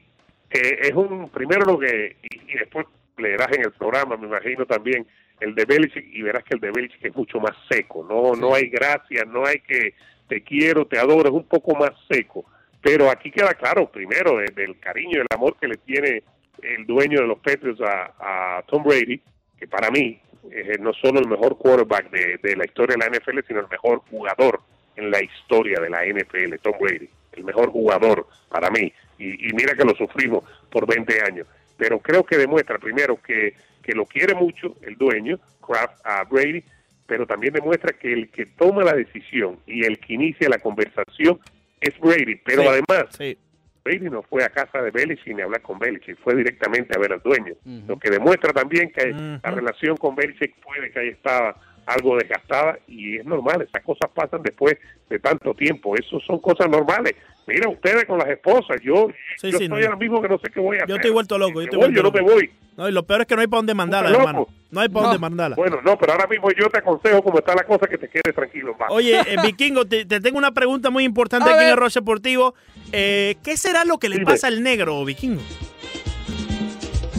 [SPEAKER 5] Eh, es un primero lo que y, y después leerás en el programa, me imagino también el de Belichick y verás que el de Belichick es mucho más seco, no no hay gracia, no hay que te quiero, te adoro, es un poco más seco, pero aquí queda claro primero eh, del cariño, el amor que le tiene el dueño de los Patriots a, a Tom Brady, que para mí es no solo el mejor quarterback de, de la historia de la NFL, sino el mejor jugador en la historia de la NFL, Tom Brady, el mejor jugador para mí. Y, y mira que lo sufrimos por 20 años. Pero creo que demuestra, primero, que, que lo quiere mucho el dueño, Kraft, a Brady, pero también demuestra que el que toma la decisión y el que inicia la conversación es Brady. Pero
[SPEAKER 2] Sí.
[SPEAKER 5] además,
[SPEAKER 2] Sí.
[SPEAKER 5] Brady no fue a casa de Belichick ni a hablar con Belichick, fue directamente a ver al dueño. Lo que demuestra también que
[SPEAKER 2] Ujú.
[SPEAKER 5] la relación con Belichick puede que ahí estaba algo desgastada y es normal, esas cosas pasan después de tanto tiempo, eso son cosas normales. Mira ustedes con las esposas, yo,
[SPEAKER 2] Sí,
[SPEAKER 5] yo
[SPEAKER 2] sí,
[SPEAKER 5] estoy
[SPEAKER 2] no.
[SPEAKER 5] ahora mismo que no sé qué voy a hacer.
[SPEAKER 2] Yo estoy vuelto loco, yo
[SPEAKER 5] Me
[SPEAKER 2] estoy
[SPEAKER 5] voy,
[SPEAKER 2] vuelto
[SPEAKER 5] no me
[SPEAKER 2] loco.
[SPEAKER 5] voy.
[SPEAKER 2] No, y lo peor es que no hay para dónde mandarla,
[SPEAKER 5] Puta,
[SPEAKER 2] hermano.
[SPEAKER 5] loco.
[SPEAKER 2] No hay para dónde
[SPEAKER 1] No.
[SPEAKER 2] mandarla.
[SPEAKER 5] Bueno, no, pero ahora mismo yo te aconsejo como está la cosa que te quedes tranquilo. va.
[SPEAKER 2] Oye, eh, Vikingo, te, te tengo una pregunta muy importante
[SPEAKER 1] A
[SPEAKER 2] aquí en
[SPEAKER 1] ver.
[SPEAKER 2] el Roche Deportivo. Eh, ¿Qué será lo que le
[SPEAKER 5] Dime.
[SPEAKER 2] pasa al negro, Vikingo?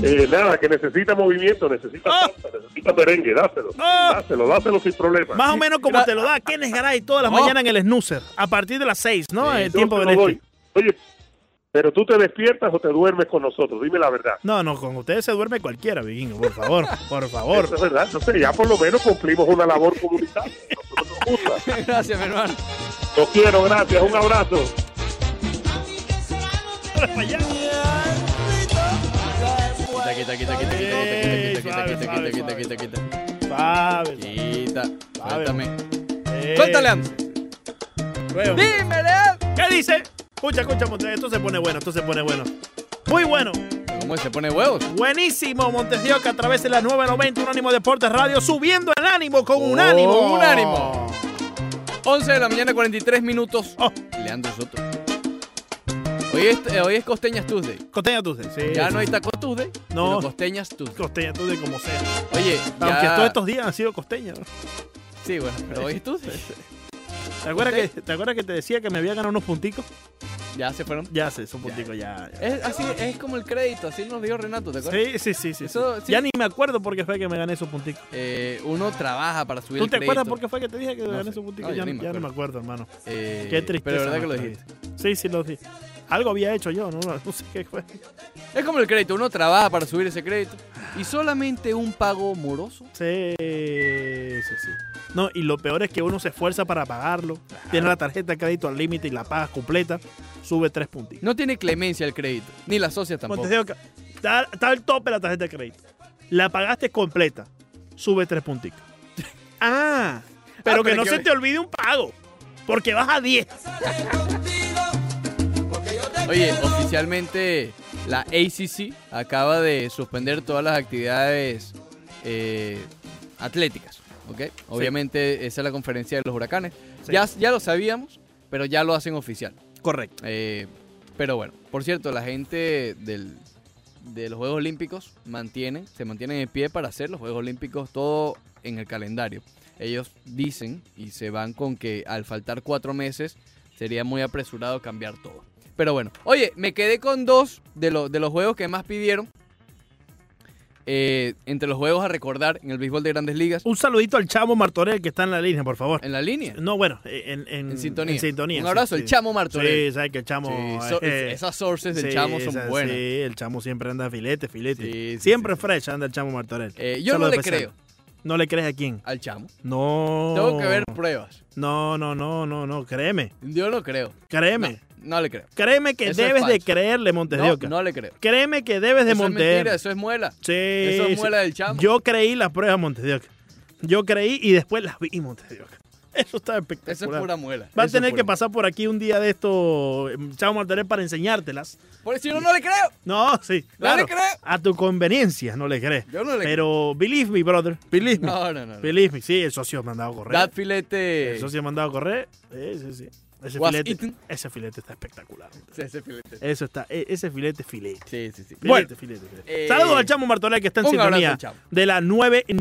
[SPEAKER 5] Eh, nada, que necesita movimiento, necesita
[SPEAKER 2] Ah.
[SPEAKER 5] salsa, necesita merengue, dáselo,
[SPEAKER 2] Ah.
[SPEAKER 5] dáselo, dáselo sin problema.
[SPEAKER 2] Más o menos como
[SPEAKER 1] Mira- ah,
[SPEAKER 2] te lo da Kenneth Garay todas las
[SPEAKER 1] Oh.
[SPEAKER 2] mañanas en el snoozer, a partir de las 6, ¿no?
[SPEAKER 1] Sí,
[SPEAKER 2] el
[SPEAKER 5] Yo
[SPEAKER 2] tiempo
[SPEAKER 5] te
[SPEAKER 2] del
[SPEAKER 5] lo
[SPEAKER 2] este.
[SPEAKER 5] doy. Oye, pero tú te despiertas o te duermes con nosotros, dime la verdad.
[SPEAKER 2] No, no, con ustedes se duerme cualquiera, Vikingo, por favor, por favor.
[SPEAKER 5] Eso es verdad, entonces ya por lo menos cumplimos una labor comunitaria. Nosotros nos gusta.
[SPEAKER 1] Gracias, mi hermano.
[SPEAKER 5] Los quiero, gracias, un abrazo.
[SPEAKER 2] [laughs]
[SPEAKER 1] Quita, quita, quita, quita,
[SPEAKER 2] Ey,
[SPEAKER 1] quita, quita,
[SPEAKER 2] suave,
[SPEAKER 1] quita,
[SPEAKER 2] suave,
[SPEAKER 1] quita, quita, quita,
[SPEAKER 2] suave.
[SPEAKER 1] quita, quita.
[SPEAKER 2] Suave,
[SPEAKER 1] Quita. Suéltame.
[SPEAKER 2] suave.
[SPEAKER 1] Suéltale, Ams.
[SPEAKER 2] Luego.
[SPEAKER 1] Dímele, Ams.
[SPEAKER 2] ¿Qué dice? Escucha, escucha, Montes, esto se pone bueno, esto se pone bueno. Muy bueno.
[SPEAKER 1] ¿Cómo se pone huevos?
[SPEAKER 2] Buenísimo, Montes de Oca, a través de la 990 Unánimo Deportes Radio, subiendo el ánimo con Unánimo.
[SPEAKER 1] Oh, Unánimo. 11 de la mañana, 43 minutos.
[SPEAKER 2] Oh.
[SPEAKER 1] Leandro Soto. Hoy es, eh, hoy es Costeñas Tuesday.
[SPEAKER 2] Costeña Tuesday. Sí,
[SPEAKER 1] Ya
[SPEAKER 2] sí,
[SPEAKER 1] no hay
[SPEAKER 2] sí.
[SPEAKER 1] Taco Tuesday,
[SPEAKER 2] No.
[SPEAKER 1] sino Costeñas Tuesday.
[SPEAKER 2] Costeña Tuesday como sea.
[SPEAKER 1] Oye,
[SPEAKER 2] Aunque
[SPEAKER 1] ya...
[SPEAKER 2] todos estos días han sido costeños.
[SPEAKER 1] Sí, bueno, pero hoy es Tuesday.
[SPEAKER 2] ¿Te acuerdas, que, ¿Te acuerdas que te decía que me había ganado unos punticos?
[SPEAKER 1] Ya se fueron.
[SPEAKER 2] Ya sé, esos punticos ya. ya.
[SPEAKER 1] Es, así, es como el crédito, así nos dio Renato, ¿te acuerdas?
[SPEAKER 2] Sí, sí, sí, sí,
[SPEAKER 1] Eso,
[SPEAKER 2] sí.
[SPEAKER 1] sí.
[SPEAKER 2] Ya ni me acuerdo por qué fue que me gané esos punticos.
[SPEAKER 1] Eh, uno trabaja para subir
[SPEAKER 2] ¿Tú
[SPEAKER 1] el
[SPEAKER 2] te
[SPEAKER 1] crédito.
[SPEAKER 2] acuerdas por qué fue que te dije que
[SPEAKER 1] No
[SPEAKER 2] gané
[SPEAKER 1] sé.
[SPEAKER 2] esos punticos?
[SPEAKER 1] No,
[SPEAKER 2] ya
[SPEAKER 1] yo ni
[SPEAKER 2] ya
[SPEAKER 1] me
[SPEAKER 2] no me acuerdo, hermano.
[SPEAKER 1] Eh,
[SPEAKER 2] Qué tristeza.
[SPEAKER 1] Pero verdad que lo
[SPEAKER 2] nuestra
[SPEAKER 1] dijiste.
[SPEAKER 2] vida. Sí, sí, lo dije. Algo había hecho yo, no, no sé qué fue.
[SPEAKER 1] Es como el crédito, uno trabaja para subir ese crédito. Y solamente un pago moroso.
[SPEAKER 2] Sí, sí, sí. No, y lo peor es que uno se esfuerza para pagarlo. Tiene la tarjeta de crédito al límite y la pagas completa. Sube tres puntitos.
[SPEAKER 1] No tiene clemencia el crédito, ni la socia tampoco.
[SPEAKER 2] Montes de Oca, está, está al tope la tarjeta de crédito. La pagaste completa. Sube tres puntitos. ah, pero
[SPEAKER 1] [laughs] Ah,
[SPEAKER 2] que
[SPEAKER 1] pero
[SPEAKER 2] no
[SPEAKER 1] que-
[SPEAKER 2] se te olvide un pago. Porque vas a 10.
[SPEAKER 1] Oye, oficialmente la ACC acaba de suspender todas las actividades eh, atléticas, ¿ok? Obviamente esa es la conferencia de los huracanes.
[SPEAKER 2] Sí.
[SPEAKER 1] Ya, ya lo sabíamos, pero ya lo hacen oficial.
[SPEAKER 2] Correcto.
[SPEAKER 1] Eh, pero bueno, por cierto, la gente del, de los Juegos Olímpicos mantiene, se mantienen en pie para hacer los Juegos Olímpicos todo en el calendario. Ellos dicen y se van con que al faltar cuatro meses sería muy apresurado cambiar todo. Pero bueno, oye, me quedé con dos de, lo- de los juegos que más pidieron. Eh, entre los juegos a recordar en el béisbol de grandes ligas.
[SPEAKER 2] Un saludito al chamo Martorell que está en la línea, por favor.
[SPEAKER 1] En la línea.
[SPEAKER 2] No, bueno, en, en-
[SPEAKER 1] En sintonía.
[SPEAKER 2] en sintonía,
[SPEAKER 1] Un
[SPEAKER 2] sí,
[SPEAKER 1] abrazo, el
[SPEAKER 2] sí.
[SPEAKER 1] Chamo Martorell.
[SPEAKER 2] Sí, sabes que el chamo.
[SPEAKER 1] Sí, so-
[SPEAKER 2] eh,
[SPEAKER 1] esas sources del
[SPEAKER 2] sí,
[SPEAKER 1] chamo son
[SPEAKER 2] esa-
[SPEAKER 1] buenas.
[SPEAKER 2] Sí, el chamo siempre anda filete, filete.
[SPEAKER 1] Sí, sí,
[SPEAKER 2] siempre
[SPEAKER 1] sí, sí.
[SPEAKER 2] fresh anda el chamo Martorell.
[SPEAKER 1] Eh, yo
[SPEAKER 2] Solo
[SPEAKER 1] no le
[SPEAKER 2] especial.
[SPEAKER 1] creo
[SPEAKER 2] ¿No le crees a quién?
[SPEAKER 1] al chamo.
[SPEAKER 2] No.
[SPEAKER 1] Tengo que
[SPEAKER 2] Oh.
[SPEAKER 1] ver pruebas.
[SPEAKER 2] No, no, no, no, no. Créeme.
[SPEAKER 1] Yo no creo.
[SPEAKER 2] Créeme.
[SPEAKER 1] No le creo.
[SPEAKER 2] Créeme que
[SPEAKER 1] Eso es
[SPEAKER 2] debes de
[SPEAKER 1] falso.
[SPEAKER 2] creerle, Montes de
[SPEAKER 1] No,
[SPEAKER 2] Oca.
[SPEAKER 1] no le creo.
[SPEAKER 2] Créeme que debes de
[SPEAKER 1] eso es
[SPEAKER 2] Montes.
[SPEAKER 1] mentira, eso es muela.
[SPEAKER 2] Sí,
[SPEAKER 1] eso es
[SPEAKER 2] sí.
[SPEAKER 1] muela del chamo.
[SPEAKER 2] Yo creí las pruebas, Montes de Oca. Yo creí y después las vi, Montes de Oca. Eso está
[SPEAKER 1] Eso es
[SPEAKER 2] espectacular.
[SPEAKER 1] pura muela.
[SPEAKER 2] Va
[SPEAKER 1] Eso
[SPEAKER 2] a
[SPEAKER 1] es
[SPEAKER 2] tener que
[SPEAKER 1] pura-
[SPEAKER 2] pasar por aquí un día de esto, em, Chavo Martínez, para enseñártelas.
[SPEAKER 1] Por si no, no le creo.
[SPEAKER 2] No, sí.
[SPEAKER 1] No le
[SPEAKER 2] Claro,
[SPEAKER 1] creo.
[SPEAKER 2] a tu conveniencia, no le crees.
[SPEAKER 1] Yo no le
[SPEAKER 2] Pero believe me, brother. Believe me.
[SPEAKER 1] No, no, no. no.
[SPEAKER 2] Believe me. Sí, el socio me ha mandado a correr.
[SPEAKER 1] That
[SPEAKER 2] El
[SPEAKER 1] filete.
[SPEAKER 2] socio me ha mandado a correr. Sí, sí, sí. Ese
[SPEAKER 1] Was
[SPEAKER 2] filete,
[SPEAKER 1] eaten.
[SPEAKER 2] ese filete está espectacular.
[SPEAKER 1] Sí, ese filete.
[SPEAKER 2] Eso está, e- ese filete es filete.
[SPEAKER 1] Sí, sí, sí.
[SPEAKER 2] Filete,
[SPEAKER 1] Bueno,
[SPEAKER 2] filete, filete.
[SPEAKER 1] eh,
[SPEAKER 2] Saludos al Chamo Martorell que está en
[SPEAKER 1] un abrazo
[SPEAKER 2] sintonía
[SPEAKER 1] al Chamo.
[SPEAKER 2] de la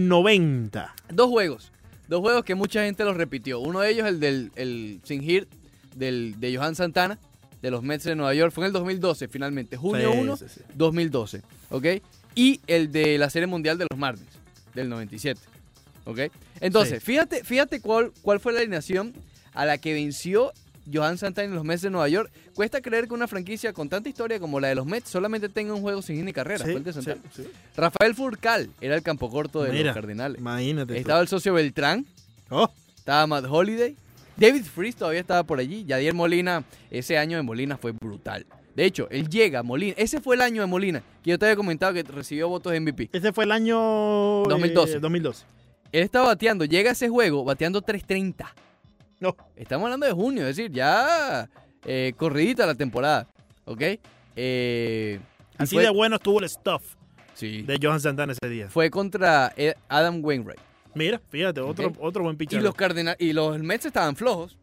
[SPEAKER 2] 990.
[SPEAKER 1] dos juegos. Dos juegos que mucha gente los repitió. Uno de ellos, el del el Sin Hit, del, de Johan Santana, de los Mets de Nueva York. Fue en el 2012, finalmente. Junio
[SPEAKER 2] Sí,
[SPEAKER 1] 1,
[SPEAKER 2] sí, sí.
[SPEAKER 1] 2012. ¿Ok? Y el de la Serie Mundial de los Martins, del 97. ¿Ok? Entonces, fíjate, fíjate cuál, cuál fue la alineación a la que venció Johan Santana en los Mets de Nueva York. Cuesta creer que una franquicia con tanta historia como la de los Mets solamente tenga un juego sin hit ni carrera.
[SPEAKER 2] Sí,
[SPEAKER 1] fue el de
[SPEAKER 2] sí,
[SPEAKER 1] Santana.
[SPEAKER 2] sí.
[SPEAKER 1] Rafael Furcal era el campo corto de
[SPEAKER 2] Mira,
[SPEAKER 1] los Cardenales.
[SPEAKER 2] Imagínate. tú.
[SPEAKER 1] Estaba el socio Beltrán,
[SPEAKER 2] Oh,
[SPEAKER 1] estaba Matt Holiday, David Freeze todavía estaba por allí, Yadier Molina, ese año de Molina fue brutal. De hecho, él llega, Molina, ese fue el año de Molina, que yo te había comentado que recibió votos de MVP.
[SPEAKER 2] ese fue el año eh,
[SPEAKER 1] 2012.
[SPEAKER 2] 2012.
[SPEAKER 1] Él estaba bateando, llega a ese juego bateando 3.30.
[SPEAKER 2] No.
[SPEAKER 1] Estamos hablando de junio, es decir, ya eh, corridita la temporada, ¿ok? Eh, y
[SPEAKER 2] Así
[SPEAKER 1] fue-
[SPEAKER 2] de bueno estuvo el stuff
[SPEAKER 1] sí,
[SPEAKER 2] de Johan Santana ese día.
[SPEAKER 1] fue contra eh, Adam Wainwright.
[SPEAKER 2] Mira, fíjate, otro,
[SPEAKER 1] Ok.
[SPEAKER 2] otro buen
[SPEAKER 1] Y
[SPEAKER 2] pichero.
[SPEAKER 1] los, cardena- y los Mets estaban flojos,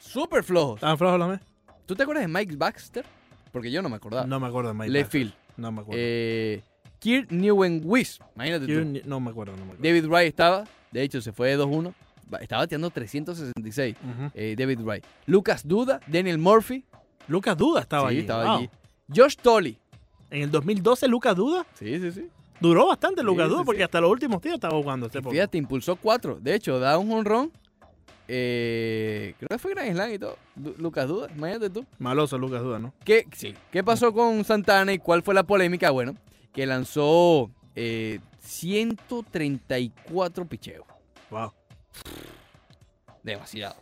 [SPEAKER 1] súper flojos.
[SPEAKER 2] ¿Estaban flojos los mes?
[SPEAKER 1] ¿Tú te acuerdas de Mike Baxter? Porque yo no me acordaba.
[SPEAKER 2] No me acuerdo de Mike.
[SPEAKER 1] Left
[SPEAKER 2] Baxter.
[SPEAKER 1] field.
[SPEAKER 2] No me acuerdo.
[SPEAKER 1] Ah. Eh, Kirk Newenwis. Imagínate
[SPEAKER 2] Yo
[SPEAKER 1] tú.
[SPEAKER 2] ni- no me acuerdo, no me acuerdo.
[SPEAKER 1] David Wright estaba. De hecho, se fue de 2-1. Ba- Estaba bateando 366.
[SPEAKER 2] Ujú.
[SPEAKER 1] eh, David Wright. Lucas Duda. Daniel Murphy.
[SPEAKER 2] Lucas Duda estaba
[SPEAKER 1] sí,
[SPEAKER 2] allí.
[SPEAKER 1] estaba
[SPEAKER 2] wow.
[SPEAKER 1] allí. Josh Tolley.
[SPEAKER 2] En el 2012 Lucas Duda
[SPEAKER 1] Sí, sí, sí.
[SPEAKER 2] duró bastante Lucas
[SPEAKER 1] Sí,
[SPEAKER 2] Duda
[SPEAKER 1] sí,
[SPEAKER 2] porque
[SPEAKER 1] sí.
[SPEAKER 2] hasta los últimos días estaba jugando este pobre.
[SPEAKER 1] Fíjate, impulsó 4. De hecho, da un honrón. Eh, creo que fue Grand Slam y todo. Du- Lucas Duda. Imagínate tú.
[SPEAKER 2] Maloso Lucas Duda, ¿no?
[SPEAKER 1] ¿Qué, sí. ¿Qué pasó con Santana y cuál fue la polémica? Bueno, que lanzó eh, 134 picheos.
[SPEAKER 2] Wow.
[SPEAKER 1] Demasiado.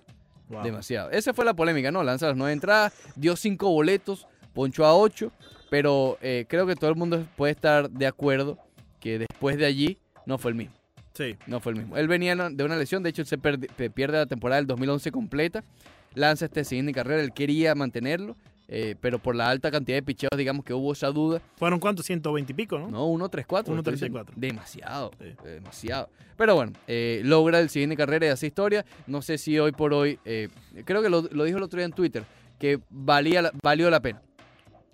[SPEAKER 2] wow.
[SPEAKER 1] Demasiado. Esa fue la polémica, ¿no? Lanza las nueve entradas, dio cinco boletos, ponchó a ocho, pero eh, creo que todo el mundo puede estar de acuerdo que después de allí no fue el mismo.
[SPEAKER 2] Sí.
[SPEAKER 1] No fue el mismo. Él venía de una lesión, de hecho, él se perdi- pe- pierde la temporada del 2011 completa. Lanza este siguiente carrera, él quería mantenerlo, eh, pero por la alta cantidad de picheos, digamos que hubo esa duda.
[SPEAKER 2] ¿Fueron cuántos? 120 y pico, ¿no?
[SPEAKER 1] No, 1-3-4.
[SPEAKER 2] 1.34.
[SPEAKER 1] Demasiado,
[SPEAKER 2] Sí.
[SPEAKER 1] demasiado. Pero bueno, eh, logra el siguiente carrera y hace historia. No sé si hoy por hoy, eh, creo que lo, lo dijo el otro día en Twitter, que valía la- valió la pena.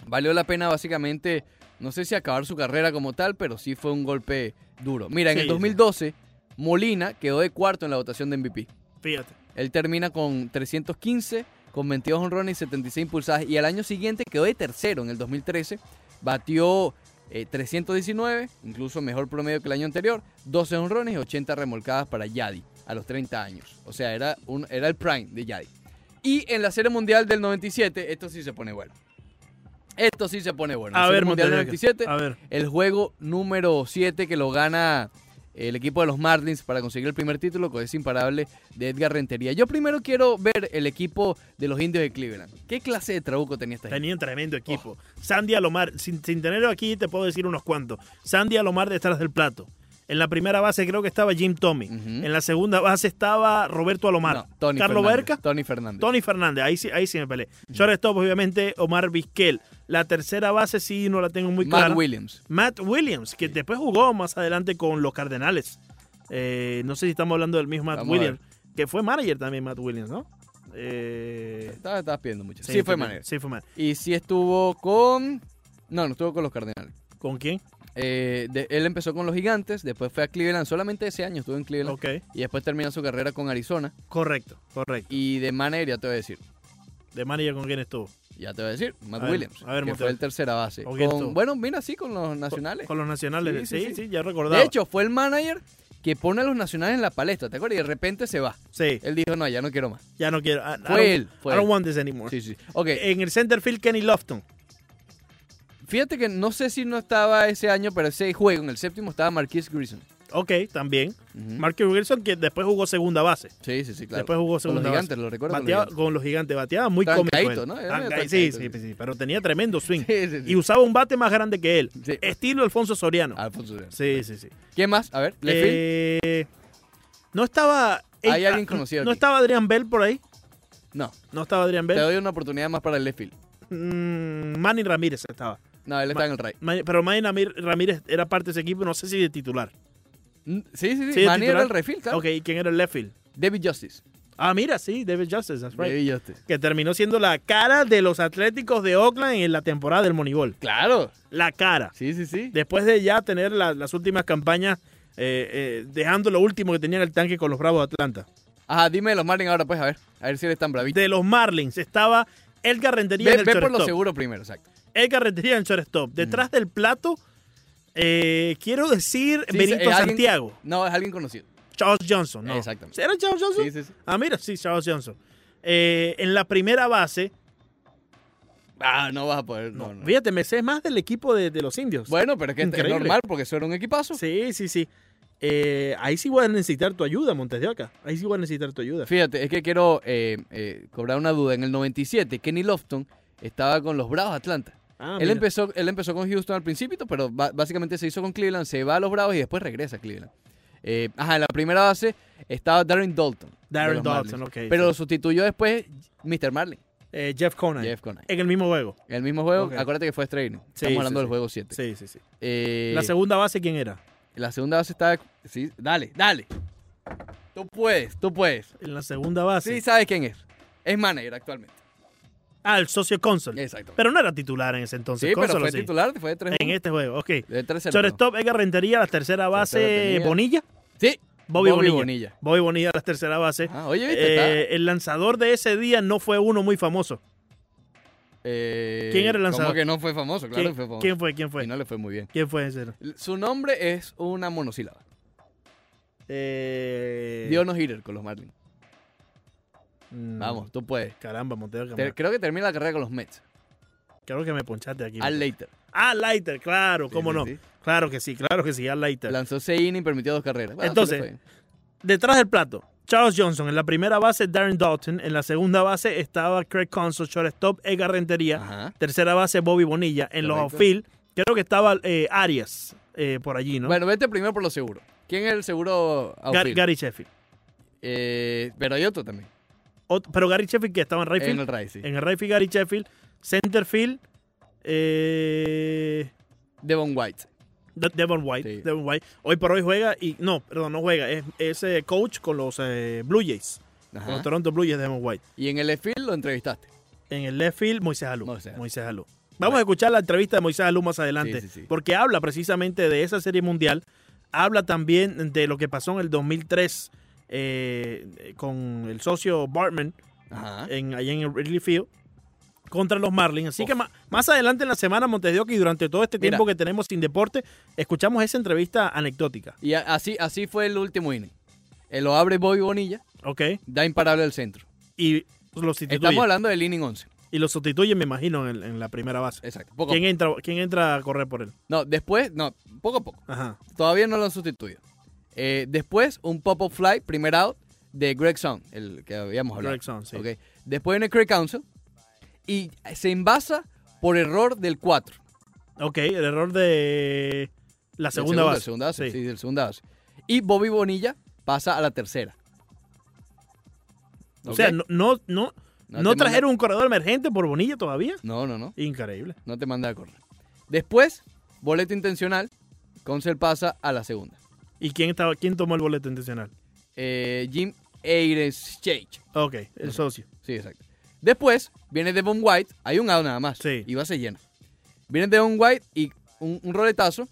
[SPEAKER 1] Valió la pena básicamente, no sé si acabar su carrera como tal, pero sí fue un golpe duro. Mira, en
[SPEAKER 2] Sí,
[SPEAKER 1] el
[SPEAKER 2] sí.
[SPEAKER 1] 2012, Molina quedó de cuarto en la votación de MVP.
[SPEAKER 2] Fíjate.
[SPEAKER 1] Él termina con 315, con 22 honrones y 76 impulsadas. Y al año siguiente quedó de tercero en el 2013. Batió eh, 319, incluso mejor promedio que el año anterior. 12 honrones y 80 remolcadas para Yadi a los 30 años. O sea, era, un, era el prime de Yadi. Y en la Serie Mundial del 97, esto sí se pone bueno. Esto sí se pone bueno. La
[SPEAKER 2] A
[SPEAKER 1] Serie
[SPEAKER 2] ver,
[SPEAKER 1] Mundial del
[SPEAKER 2] Montevideo.
[SPEAKER 1] 97,
[SPEAKER 2] A ver.
[SPEAKER 1] el juego número 7 que lo gana el equipo de los Marlins para conseguir el primer título, que es imparable, de Edgar Rentería. Yo primero quiero ver el equipo de los indios de Cleveland. ¿Qué clase de trabuco tenía esta gente?
[SPEAKER 2] Tenían tremendo
[SPEAKER 1] Oh.
[SPEAKER 2] equipo. Sandy Alomar, sin, sin tenerlo aquí te puedo decir unos cuantos. Sandy Alomar detrás del plato. En la primera base creo que estaba Jim Tommy.
[SPEAKER 1] Ujú.
[SPEAKER 2] En la segunda base estaba Roberto Alomar.
[SPEAKER 1] No, Tony
[SPEAKER 2] Carlos
[SPEAKER 1] Fernández,
[SPEAKER 2] Berca.
[SPEAKER 1] Tony Fernández.
[SPEAKER 2] Tony Fernández, ahí sí, ahí sí me peleé. Shortstop, obviamente, Omar Vizquel. La tercera base sí no la tengo muy
[SPEAKER 1] Matt
[SPEAKER 2] clara.
[SPEAKER 1] Williams.
[SPEAKER 2] Matt Williams, que después jugó más adelante con los Cardenales. Eh, no sé si estamos hablando del mismo Matt
[SPEAKER 1] Vamos a
[SPEAKER 2] Williams, que fue manager también Matt Williams, ¿no? Eh,
[SPEAKER 1] Estabas, estabas pidiendo mucho. Sí, fue manera.
[SPEAKER 2] Sí fue manager.
[SPEAKER 1] Y sí estuvo con... No, no estuvo con los Cardenales.
[SPEAKER 2] ¿Con quién?
[SPEAKER 1] Eh, de- él empezó con los Gigantes, después fue a Cleveland. Solamente ese año estuvo en Cleveland.
[SPEAKER 2] Ok,
[SPEAKER 1] Y después terminó su carrera con Arizona.
[SPEAKER 2] correcto, correcto.
[SPEAKER 1] Y de manager, ya te voy a decir.
[SPEAKER 2] ¿De manager con quién estuvo?
[SPEAKER 1] Ya te voy a decir, Matt
[SPEAKER 2] A ver,
[SPEAKER 1] Williams,
[SPEAKER 2] a ver,
[SPEAKER 1] que
[SPEAKER 2] Mateo.
[SPEAKER 1] fue el tercera base.
[SPEAKER 2] ¿Con quién
[SPEAKER 1] Con-
[SPEAKER 2] estuvo?
[SPEAKER 1] bueno, mira, sí, con los nacionales.
[SPEAKER 2] Con los nacionales, sí,
[SPEAKER 1] Sí,
[SPEAKER 2] sí,
[SPEAKER 1] sí, sí.
[SPEAKER 2] ya recordaba.
[SPEAKER 1] de hecho, fue el manager que pone a los nacionales en la palestra, ¿te acuerdas? Y de repente se va.
[SPEAKER 2] sí,
[SPEAKER 1] Él dijo, no, ya no quiero más.
[SPEAKER 2] ya no quiero. I- I
[SPEAKER 1] Fue
[SPEAKER 2] don't-
[SPEAKER 1] él, fue
[SPEAKER 2] I don't
[SPEAKER 1] él.
[SPEAKER 2] want this anymore.
[SPEAKER 1] Sí, sí. Ok,
[SPEAKER 2] En el center field, Kenny Lofton.
[SPEAKER 1] fíjate que no sé si no estaba ese año, pero ese juego, en el séptimo, estaba Marquis Grison.
[SPEAKER 2] Ok, también.
[SPEAKER 1] Ujú.
[SPEAKER 2] Marcus Wilson, que después jugó segunda base.
[SPEAKER 1] sí, sí, sí, claro.
[SPEAKER 2] Después jugó
[SPEAKER 1] con los
[SPEAKER 2] segunda base.
[SPEAKER 1] gigantes, lo recuerdo. con los
[SPEAKER 2] Bateaba
[SPEAKER 1] Gigantes.
[SPEAKER 2] con los gigantes, bateaba muy cómico.
[SPEAKER 1] Trancadito,
[SPEAKER 2] él.
[SPEAKER 1] ¿no? Era
[SPEAKER 2] Tranca-
[SPEAKER 1] medio
[SPEAKER 2] sí, sí,
[SPEAKER 1] trancadito,
[SPEAKER 2] sí, pero tenía tremendo swing.
[SPEAKER 1] [laughs] Sí, sí, sí.
[SPEAKER 2] Y usaba un bate más grande que él.
[SPEAKER 1] Sí.
[SPEAKER 2] Estilo Alfonso Soriano.
[SPEAKER 1] Alfonso Díaz.
[SPEAKER 2] Sí, sí, sí.
[SPEAKER 1] ¿Quién más? A ver, Lefield.
[SPEAKER 2] Eh, no estaba
[SPEAKER 1] Hay
[SPEAKER 2] Ey,
[SPEAKER 1] alguien
[SPEAKER 2] ah,
[SPEAKER 1] conocido
[SPEAKER 2] ¿No
[SPEAKER 1] aquí.
[SPEAKER 2] estaba Adrián Bell por ahí?
[SPEAKER 1] No,
[SPEAKER 2] ¿No estaba Adrián
[SPEAKER 1] te
[SPEAKER 2] Bell?
[SPEAKER 1] doy una oportunidad más para el left field.
[SPEAKER 2] Mm, Manny Ramírez estaba.
[SPEAKER 1] No, él está
[SPEAKER 2] Ma-
[SPEAKER 1] en el right.
[SPEAKER 2] Ma- Pero Manny Ramí- Ramírez era parte de ese equipo, no sé si de titular.
[SPEAKER 1] Mm, Sí, sí, sí.
[SPEAKER 2] Sí, el
[SPEAKER 1] Manny era
[SPEAKER 2] titular.
[SPEAKER 1] el refill, claro.
[SPEAKER 2] Ok, ¿y quién era el left field?
[SPEAKER 1] David Justice.
[SPEAKER 2] Ah, mira, sí, David Justice, that's right.
[SPEAKER 1] David Justice.
[SPEAKER 2] Que terminó siendo la cara de los Atléticos de Oakland en la temporada del Moneyball.
[SPEAKER 1] Claro.
[SPEAKER 2] La cara.
[SPEAKER 1] Sí, sí, sí.
[SPEAKER 2] Después de ya tener la- las últimas campañas, eh, eh, dejando lo último que tenía en el tanque con los Bravos de Atlanta.
[SPEAKER 1] Ajá, dime de los Marlins ahora, pues, a ver. A ver si eres tan bravito.
[SPEAKER 2] De los Marlins estaba Edgar Rentería en
[SPEAKER 1] Ve,
[SPEAKER 2] el
[SPEAKER 1] ve por lo
[SPEAKER 2] shortstop.
[SPEAKER 1] seguro Mm. primero, exacto.
[SPEAKER 2] Edgar Rentería en shortstop. Detrás del plato, eh, quiero decir
[SPEAKER 1] Sí,
[SPEAKER 2] Benito
[SPEAKER 1] es alguien-
[SPEAKER 2] Santiago.
[SPEAKER 1] No, es alguien conocido.
[SPEAKER 2] Charles Johnson, ¿no?
[SPEAKER 1] Exactamente.
[SPEAKER 2] ¿Era Charles Johnson?
[SPEAKER 1] Sí, sí, sí.
[SPEAKER 2] Ah, mira, sí, Charles Johnson. Eh, en la primera base,
[SPEAKER 1] Ah, no vas a poder. No, no.
[SPEAKER 2] fíjate, me sé más del equipo de, de los indios.
[SPEAKER 1] Bueno, pero es que es
[SPEAKER 2] Increíble.
[SPEAKER 1] normal porque eso era un equipazo.
[SPEAKER 2] Sí, sí, sí. Eh, ahí sí voy a necesitar tu ayuda, Montes de Oca. Ahí sí voy a necesitar tu ayuda.
[SPEAKER 1] Fíjate, es que quiero eh, eh, cobrar una duda. En el 97, Kenny Lofton estaba con los Bravos de Atlanta.
[SPEAKER 2] Ah,
[SPEAKER 1] él,
[SPEAKER 2] mira.
[SPEAKER 1] empezó, él empezó con Houston al principio, pero ba- básicamente se hizo con Cleveland, se va a los Bravos y después regresa a Cleveland. Eh, ajá, en la primera base estaba Darren Dalton. de
[SPEAKER 2] Darren
[SPEAKER 1] los
[SPEAKER 2] Dodson,
[SPEAKER 1] Marlins.
[SPEAKER 2] ok.
[SPEAKER 1] Pero lo
[SPEAKER 2] sí.
[SPEAKER 1] sustituyó después Mr. Marley,
[SPEAKER 2] Eh, Jeff Conan.
[SPEAKER 1] Jeff Conine.
[SPEAKER 2] En el mismo juego.
[SPEAKER 1] En el mismo juego,
[SPEAKER 2] Ok.
[SPEAKER 1] acuérdate que fue training. Estamos
[SPEAKER 2] Sí, sí,
[SPEAKER 1] hablando del
[SPEAKER 2] sí.
[SPEAKER 1] juego 7.
[SPEAKER 2] Sí, sí, sí.
[SPEAKER 1] Eh,
[SPEAKER 2] La segunda base, ¿quién era?
[SPEAKER 1] la segunda base estaba... Sí, dale, dale. Tú puedes, tú puedes.
[SPEAKER 2] En la segunda base.
[SPEAKER 1] Sí, sabes quién es. Es manager actualmente.
[SPEAKER 2] Ah, el socio Consol.
[SPEAKER 1] Exacto.
[SPEAKER 2] Pero no era titular en ese entonces.
[SPEAKER 1] Eh. sí, pero
[SPEAKER 2] Consol,
[SPEAKER 1] fue
[SPEAKER 2] sí.
[SPEAKER 1] titular, fue de 3
[SPEAKER 2] En este juego, ok.
[SPEAKER 1] De 3
[SPEAKER 2] Shortstop, Edgar Rentería, la tercera base,
[SPEAKER 1] tenía.
[SPEAKER 2] Bonilla.
[SPEAKER 1] Sí,
[SPEAKER 2] Bobby,
[SPEAKER 1] Bobby
[SPEAKER 2] Bonilla.
[SPEAKER 1] Bonilla.
[SPEAKER 2] Bobby Bonilla, la tercera base.
[SPEAKER 1] Ah, oye, viste,
[SPEAKER 2] Eh, el lanzador de ese día no fue uno muy famoso.
[SPEAKER 1] está- eh,
[SPEAKER 2] ¿quién era el lanzador?
[SPEAKER 1] Como que no fue famoso, claro
[SPEAKER 2] ¿Quién,
[SPEAKER 1] que fue famoso.
[SPEAKER 2] quién fue? ¿Quién fue?
[SPEAKER 1] Y no le fue muy bien.
[SPEAKER 2] ¿Quién fue ese?
[SPEAKER 1] Su nombre es una monosílaba.
[SPEAKER 2] Eh,
[SPEAKER 1] Dionos Hitter con los Marlins.
[SPEAKER 2] mm,
[SPEAKER 1] Vamos, tú puedes.
[SPEAKER 2] Caramba, Montero. que
[SPEAKER 1] Te-
[SPEAKER 2] me-
[SPEAKER 1] creo que termina la carrera con los Mets.
[SPEAKER 2] Creo que me ponchaste aquí.
[SPEAKER 1] Al later.
[SPEAKER 2] Ah, Lighter, claro,
[SPEAKER 1] Sí,
[SPEAKER 2] cómo
[SPEAKER 1] sí,
[SPEAKER 2] no.
[SPEAKER 1] sí.
[SPEAKER 2] Claro que sí, claro que sí, Al Lighter.
[SPEAKER 1] Lanzó 6 innings, permitió dos carreras. Bueno,
[SPEAKER 2] Entonces,
[SPEAKER 1] sí le fue bien.
[SPEAKER 2] Detrás del plato, Charles Johnson. En la primera base, Darren Dalton. En la segunda base estaba Craig Consol, shortstop, Edgar Rentería.
[SPEAKER 1] Ajá.
[SPEAKER 2] Tercera base, Bobby Bonilla. En los
[SPEAKER 1] Correcto.
[SPEAKER 2] outfield, creo que estaba eh, Arias eh, por allí, ¿no?
[SPEAKER 1] Bueno, vete primero por lo seguro. ¿Quién es el seguro
[SPEAKER 2] Gar-
[SPEAKER 1] outfield?
[SPEAKER 2] Gary Sheffield.
[SPEAKER 1] Eh, pero hay otro también.
[SPEAKER 2] Ot- pero Gary Sheffield que estaba en right
[SPEAKER 1] En
[SPEAKER 2] field.
[SPEAKER 1] el Rai, sí.
[SPEAKER 2] En el right field, Gary Sheffield. Center field, eh,
[SPEAKER 1] Devon White.
[SPEAKER 2] De- Devon White.
[SPEAKER 1] Sí.
[SPEAKER 2] Devon White. Hoy por hoy juega y... No, perdón, no juega. Es, es, eh, coach con los eh, Blue Jays. Con
[SPEAKER 1] Ajá.
[SPEAKER 2] los Toronto Blue Jays, Devon White.
[SPEAKER 1] Y en el left field lo entrevistaste.
[SPEAKER 2] En el left field, Moisés Alú.
[SPEAKER 1] Moisés
[SPEAKER 2] Moisés,
[SPEAKER 1] Alou.
[SPEAKER 2] Alou. Vamos a escuchar la entrevista de Moisés Alú más adelante,
[SPEAKER 1] Sí, sí, sí.
[SPEAKER 2] porque habla precisamente de esa serie mundial, habla también de lo que pasó en el 2003 eh, con el socio Bartman,
[SPEAKER 1] Ajá.
[SPEAKER 2] en, allá en el Wrigley Field, contra los Marlins. Así que ma- más adelante en la semana, Montes de Oca, y durante todo este
[SPEAKER 1] Mira.
[SPEAKER 2] tiempo que tenemos sin deporte, escuchamos esa entrevista anecdótica,
[SPEAKER 1] Y a- así, así fue el último inning. Eh, lo abre Bobby Bonilla,
[SPEAKER 2] ¿ok?
[SPEAKER 1] da imparable al centro.
[SPEAKER 2] Y lo sustituye.
[SPEAKER 1] Estamos hablando del inning 11.
[SPEAKER 2] Y lo sustituye, me imagino, en, en la primera base.
[SPEAKER 1] Exacto. Eh, Poco a
[SPEAKER 2] ¿Quién entra, ¿Quién entra a correr por él?
[SPEAKER 1] poco. No, después, no, poco a poco.
[SPEAKER 2] Ajá.
[SPEAKER 1] Todavía no lo han sustituido. Eh, después, un pop-up fly, primer out, de Greg Sound, el que habíamos hablado.
[SPEAKER 2] Greg Sound, sí.
[SPEAKER 1] Ok. Después viene Craig Council y se envasa por error del 4.
[SPEAKER 2] Ok, el error de la segunda base.
[SPEAKER 1] Segunda base, sí.
[SPEAKER 2] Sí.
[SPEAKER 1] del segunda base. Y Bobby Bonilla pasa a la tercera.
[SPEAKER 2] O
[SPEAKER 1] Ok.
[SPEAKER 2] sea, no, no, no,
[SPEAKER 1] No
[SPEAKER 2] no,
[SPEAKER 1] te manda-
[SPEAKER 2] trajeron un corredor emergente por Bonilla todavía.
[SPEAKER 1] No, no, no.
[SPEAKER 2] Increíble.
[SPEAKER 1] No te manda a correr. Después, boleto intencional. Consel pasa a la segunda.
[SPEAKER 2] ¿Y quién estaba, quién tomó el boleto intencional?
[SPEAKER 1] Eh, Jim Eirenschage.
[SPEAKER 2] Ok, el socio.
[SPEAKER 1] Sí, exacto. Después viene Devon White. Hay un out nada más.
[SPEAKER 2] Sí.
[SPEAKER 1] Y va se llena. Viene Devon White y un, un roletazo.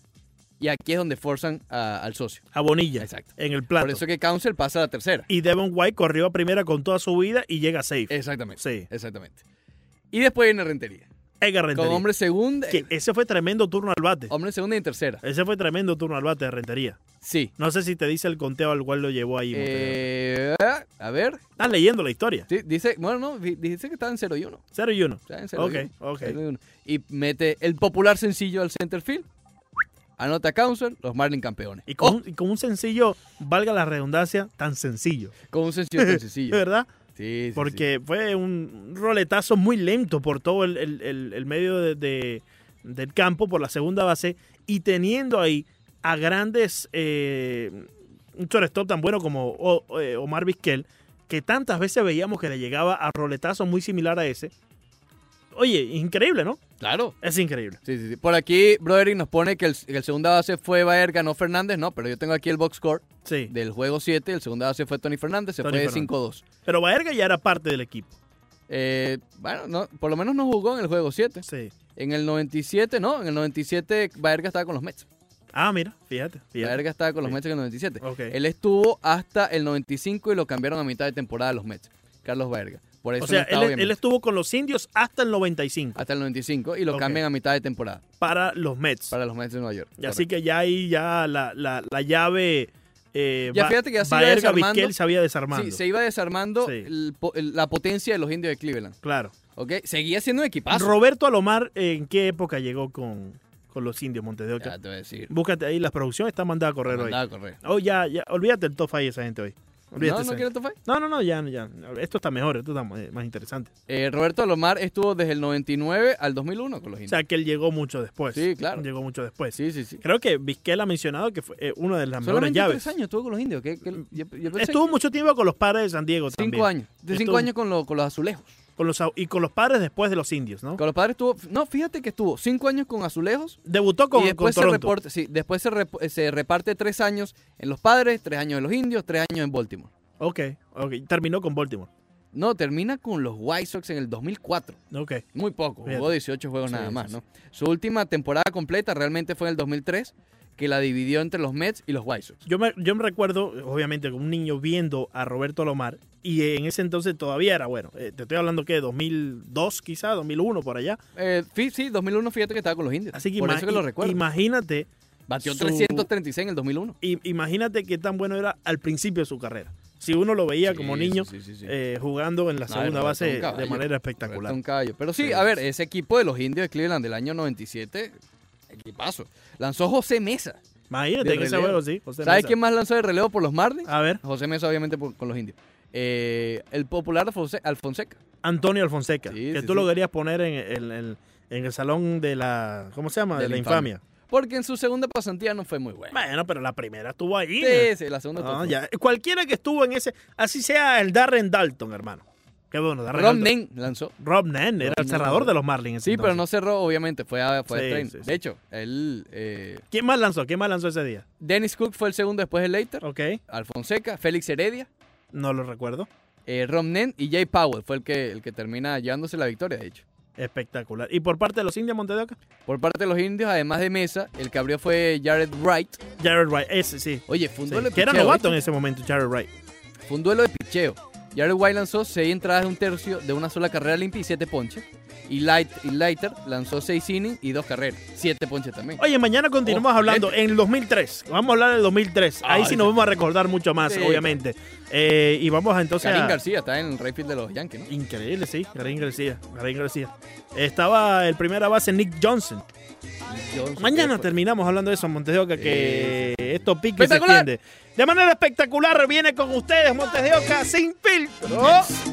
[SPEAKER 1] Y aquí es donde forzan a- al socio.
[SPEAKER 2] A Bonilla.
[SPEAKER 1] Exacto.
[SPEAKER 2] En el plato.
[SPEAKER 1] Por eso que Council pasa a la tercera.
[SPEAKER 2] Y Devon White corrió a primera con toda su vida y llega safe.
[SPEAKER 1] Exactamente.
[SPEAKER 2] Sí.
[SPEAKER 1] Exactamente. Y después viene Rentería.
[SPEAKER 2] Edgar
[SPEAKER 1] Con
[SPEAKER 2] Rentería.
[SPEAKER 1] hombre segunda.
[SPEAKER 2] Que ese fue tremendo turno al bate.
[SPEAKER 1] Hombre segunda y tercera.
[SPEAKER 2] Ese fue tremendo turno al bate de Rentería.
[SPEAKER 1] Sí.
[SPEAKER 2] No sé si te dice el conteo al cual lo llevó ahí. Montenegro.
[SPEAKER 1] Eh, a ver.
[SPEAKER 2] Estás leyendo la historia.
[SPEAKER 1] Sí, dice, bueno, no, di- dice que está en 0 y 1.
[SPEAKER 2] 0 y 1.
[SPEAKER 1] Está en 0
[SPEAKER 2] Ok,
[SPEAKER 1] y uno.
[SPEAKER 2] ok.
[SPEAKER 1] Cero y uno. Y mete el popular sencillo al center field. Anota Council, los Marlins campeones.
[SPEAKER 2] Y con,
[SPEAKER 1] Oh,
[SPEAKER 2] un, y con un sencillo, valga la redundancia, tan sencillo.
[SPEAKER 1] con un sencillo
[SPEAKER 2] [laughs]
[SPEAKER 1] tan
[SPEAKER 2] De
[SPEAKER 1] sencillo.
[SPEAKER 2] verdad,
[SPEAKER 1] Sí, sí, sí.
[SPEAKER 2] porque fue un roletazo muy lento por todo el, el- el- el medio de- de- del campo, por la segunda base, y teniendo ahí a grandes eh, un shortstop tan bueno como O- eh, Omar Vizquel, que tantas veces veíamos que le llegaba a roletazos muy similar a ese. Oye, increíble, ¿no?
[SPEAKER 1] Claro.
[SPEAKER 2] Es increíble.
[SPEAKER 1] Sí, sí, sí. Por aquí, Broderick nos pone que el, que el segunda base fue Baer, ganó Fernández. No, pero yo tengo aquí el box score
[SPEAKER 2] Sí.
[SPEAKER 1] del juego 7. El segunda base fue Tony Fernández, se
[SPEAKER 2] Tony
[SPEAKER 1] fue de
[SPEAKER 2] Fernández.
[SPEAKER 1] 5-2.
[SPEAKER 2] Pero Baerga ya era parte del equipo.
[SPEAKER 1] Eh, bueno, no, por lo menos no jugó en el juego 7.
[SPEAKER 2] Sí.
[SPEAKER 1] En el 97, no, en el 97 Baerga estaba con los Mets.
[SPEAKER 2] Ah, mira, fíjate. fíjate.
[SPEAKER 1] Baerga estaba con los
[SPEAKER 2] Sí.
[SPEAKER 1] Mets en el 97.
[SPEAKER 2] Ok.
[SPEAKER 1] Él estuvo hasta el 95 y lo cambiaron a mitad de temporada a los Mets. Carlos Baerga. Por eso
[SPEAKER 2] O sea,
[SPEAKER 1] no estaba
[SPEAKER 2] él,
[SPEAKER 1] bien.
[SPEAKER 2] él estuvo con los indios hasta el 95
[SPEAKER 1] hasta el 95 y lo
[SPEAKER 2] Ok.
[SPEAKER 1] cambian a mitad de temporada
[SPEAKER 2] para los Mets.
[SPEAKER 1] para los Mets de Nueva York.
[SPEAKER 2] Y así que ya ahí ya la, la, la llave eh,
[SPEAKER 1] Ya
[SPEAKER 2] Ba-
[SPEAKER 1] fíjate que ya se iba
[SPEAKER 2] Baerga
[SPEAKER 1] desarmando.
[SPEAKER 2] Vizquel se había desarmado.
[SPEAKER 1] Sí, se iba desarmando
[SPEAKER 2] Sí.
[SPEAKER 1] el po- el- la potencia de los indios de Cleveland.
[SPEAKER 2] Claro.
[SPEAKER 1] ¿Ok? Seguía siendo un equipazo.
[SPEAKER 2] Roberto Alomar, ¿en qué época llegó con, con los indios Montes de Oca?
[SPEAKER 1] Ya te voy a decir.
[SPEAKER 2] Búscate ahí, la producción está mandada a correr hoy.
[SPEAKER 1] Mandaba a correr.
[SPEAKER 2] Oh, ya, ya, olvídate el top five esa gente hoy. Olvídate
[SPEAKER 1] No,
[SPEAKER 2] esa
[SPEAKER 1] no
[SPEAKER 2] gente.
[SPEAKER 1] quiero tope.
[SPEAKER 2] no, no, no, ya, ya. Esto está mejor, esto está más más interesante.
[SPEAKER 1] Eh, Roberto Alomar estuvo desde el 99 al 2001 con los
[SPEAKER 2] O
[SPEAKER 1] indios.
[SPEAKER 2] sea, que él llegó mucho después.
[SPEAKER 1] Sí, claro.
[SPEAKER 2] Llegó mucho después.
[SPEAKER 1] Sí, sí, sí.
[SPEAKER 2] Creo que Vizquel ha mencionado que fue eh, una de las mejores
[SPEAKER 1] Solamente
[SPEAKER 2] llaves.
[SPEAKER 1] tres años estuvo con los indios. ¿qué- qué- yo- yo pensé
[SPEAKER 2] Estuvo mucho tiempo con los padres de San Diego
[SPEAKER 1] que cinco
[SPEAKER 2] también.
[SPEAKER 1] años. De cinco
[SPEAKER 2] Estuvo-
[SPEAKER 1] años con, lo- con los azulejos.
[SPEAKER 2] Con los, au- y con los padres después de los indios, ¿no?
[SPEAKER 1] Con los padres estuvo. No, fíjate que estuvo cinco años con azulejos.
[SPEAKER 2] Debutó con,
[SPEAKER 1] y
[SPEAKER 2] con
[SPEAKER 1] después, se,
[SPEAKER 2] Toronto.
[SPEAKER 1] reporta- sí, después se, rep- eh, se reparte tres años en los padres, tres años en los indios, tres años en Baltimore.
[SPEAKER 2] Ok, ok. Terminó con Baltimore.
[SPEAKER 1] No, termina con los White Sox en el 2004.
[SPEAKER 2] Ok.
[SPEAKER 1] Muy poco, jugó
[SPEAKER 2] Fíjate.
[SPEAKER 1] 18 juegos
[SPEAKER 2] Sí,
[SPEAKER 1] nada
[SPEAKER 2] sí,
[SPEAKER 1] más,
[SPEAKER 2] sí.
[SPEAKER 1] ¿no? Su última temporada completa realmente fue en el 2003, que la dividió entre los Mets y los White Sox.
[SPEAKER 2] Yo me, yo me recuerdo, obviamente, como un niño viendo a Roberto Lomar y eh, en ese entonces todavía era bueno. eh, te estoy hablando que 2002 quizá, 2001 por allá.
[SPEAKER 1] Eh, fi- sí, 2001 fíjate que estaba con los indios.
[SPEAKER 2] Así que,
[SPEAKER 1] por
[SPEAKER 2] ima-
[SPEAKER 1] eso que lo recuerdo.
[SPEAKER 2] imagínate,
[SPEAKER 1] Batió
[SPEAKER 2] su-
[SPEAKER 1] 336 en el 2001.
[SPEAKER 2] i- imagínate qué tan bueno era al principio de su carrera. Si uno lo veía como
[SPEAKER 1] Sí,
[SPEAKER 2] niño
[SPEAKER 1] sí, sí, sí, sí.
[SPEAKER 2] eh, jugando en la
[SPEAKER 1] No,
[SPEAKER 2] segunda
[SPEAKER 1] Roberto es
[SPEAKER 2] base
[SPEAKER 1] un caballo.
[SPEAKER 2] de manera
[SPEAKER 1] Roberto
[SPEAKER 2] espectacular.
[SPEAKER 1] un caballo. Pero sí,
[SPEAKER 2] Sí,
[SPEAKER 1] a ver,
[SPEAKER 2] sí.
[SPEAKER 1] ese equipo de los indios de Cleveland del año 97, equipazo. Lanzó José Mesa.
[SPEAKER 2] Imagínate
[SPEAKER 1] de
[SPEAKER 2] en ese
[SPEAKER 1] relevo.
[SPEAKER 2] juego, sí. José
[SPEAKER 1] ¿Sabes
[SPEAKER 2] Mesa. Ah.
[SPEAKER 1] quién más lanzó de relevo por los Marlins?
[SPEAKER 2] A ver,
[SPEAKER 1] José Mesa, obviamente, por- con los indios. Eh, el popular Alfonse- Alfonseca.
[SPEAKER 2] Antonio Alfonseca,
[SPEAKER 1] Sí,
[SPEAKER 2] que
[SPEAKER 1] sí,
[SPEAKER 2] tú
[SPEAKER 1] sí.
[SPEAKER 2] lo querías poner en, el- el- en el salón de la... ¿Cómo se llama? De, la infamia.
[SPEAKER 1] Porque en su segunda pasantía no fue muy buena.
[SPEAKER 2] Bueno, pero la primera estuvo ahí. ¿no?
[SPEAKER 1] Sí, sí, la segunda.
[SPEAKER 2] Ah,
[SPEAKER 1] estuvo-
[SPEAKER 2] ya. Cualquiera que estuvo en ese, así sea el Darren Dalton, hermano. Qué bueno, Darren
[SPEAKER 1] Ron
[SPEAKER 2] Dalton.
[SPEAKER 1] Nen lanzó.
[SPEAKER 2] Rob Nen era
[SPEAKER 1] Rob
[SPEAKER 2] el
[SPEAKER 1] Nen.
[SPEAKER 2] cerrador de los Marlins. en ese
[SPEAKER 1] Sí, pero no
[SPEAKER 2] entonces.
[SPEAKER 1] cerró, obviamente. Fue a, fue a
[SPEAKER 2] Sí,
[SPEAKER 1] tren.
[SPEAKER 2] sí, sí.
[SPEAKER 1] De hecho, él. eh,
[SPEAKER 2] ¿Quién más lanzó? ¿Quién más lanzó ese día?
[SPEAKER 1] Dennis Cook fue el segundo después de Leiter.
[SPEAKER 2] Ok,
[SPEAKER 1] Alfonseca, Félix Heredia,
[SPEAKER 2] no lo recuerdo.
[SPEAKER 1] eh, Ron Nen y Jay Powell fue el que, el que termina llevándose la victoria, de hecho.
[SPEAKER 2] Espectacular. ¿Y por parte de los indios Montedoca?
[SPEAKER 1] Por parte de los indios, además de Mesa, el que abrió fue Jared Wright.
[SPEAKER 2] Jared Wright, ese sí.
[SPEAKER 1] Oye, fue un
[SPEAKER 2] Sí,
[SPEAKER 1] duelo de
[SPEAKER 2] que era
[SPEAKER 1] picheo, ¿eh?
[SPEAKER 2] novato eh. en
[SPEAKER 1] ¿viste?
[SPEAKER 2] ese momento, Jared Wright.
[SPEAKER 1] Fue un duelo de picheo. Jared White lanzó 6 entradas de un tercio de una sola carrera limpia y 7 ponches. Y, Light, y Leiter lanzó 6 innings y 2 carreras. 7 ponches también.
[SPEAKER 2] Oye, mañana continuamos
[SPEAKER 1] Oh,
[SPEAKER 2] hablando en el 2003. Vamos a hablar del 2003. Ahí
[SPEAKER 1] Ay,
[SPEAKER 2] sí nos
[SPEAKER 1] sí.
[SPEAKER 2] vamos a recordar mucho más,
[SPEAKER 1] Sí.
[SPEAKER 2] obviamente. Eh, y vamos a entonces
[SPEAKER 1] Karim
[SPEAKER 2] a-
[SPEAKER 1] García está en el Rayfield de los Yankees, ¿no?
[SPEAKER 2] Increíble, sí. Karim García. Karim García. Estaba el primera base Nick Johnson.
[SPEAKER 1] Johnson, que
[SPEAKER 2] Mañana
[SPEAKER 1] fue-
[SPEAKER 2] terminamos hablando de eso, Montes de Oca, que esto pique y se
[SPEAKER 1] Eh. Espectacular.
[SPEAKER 2] extiende. De manera espectacular viene con ustedes Montes de Oca sin filtro.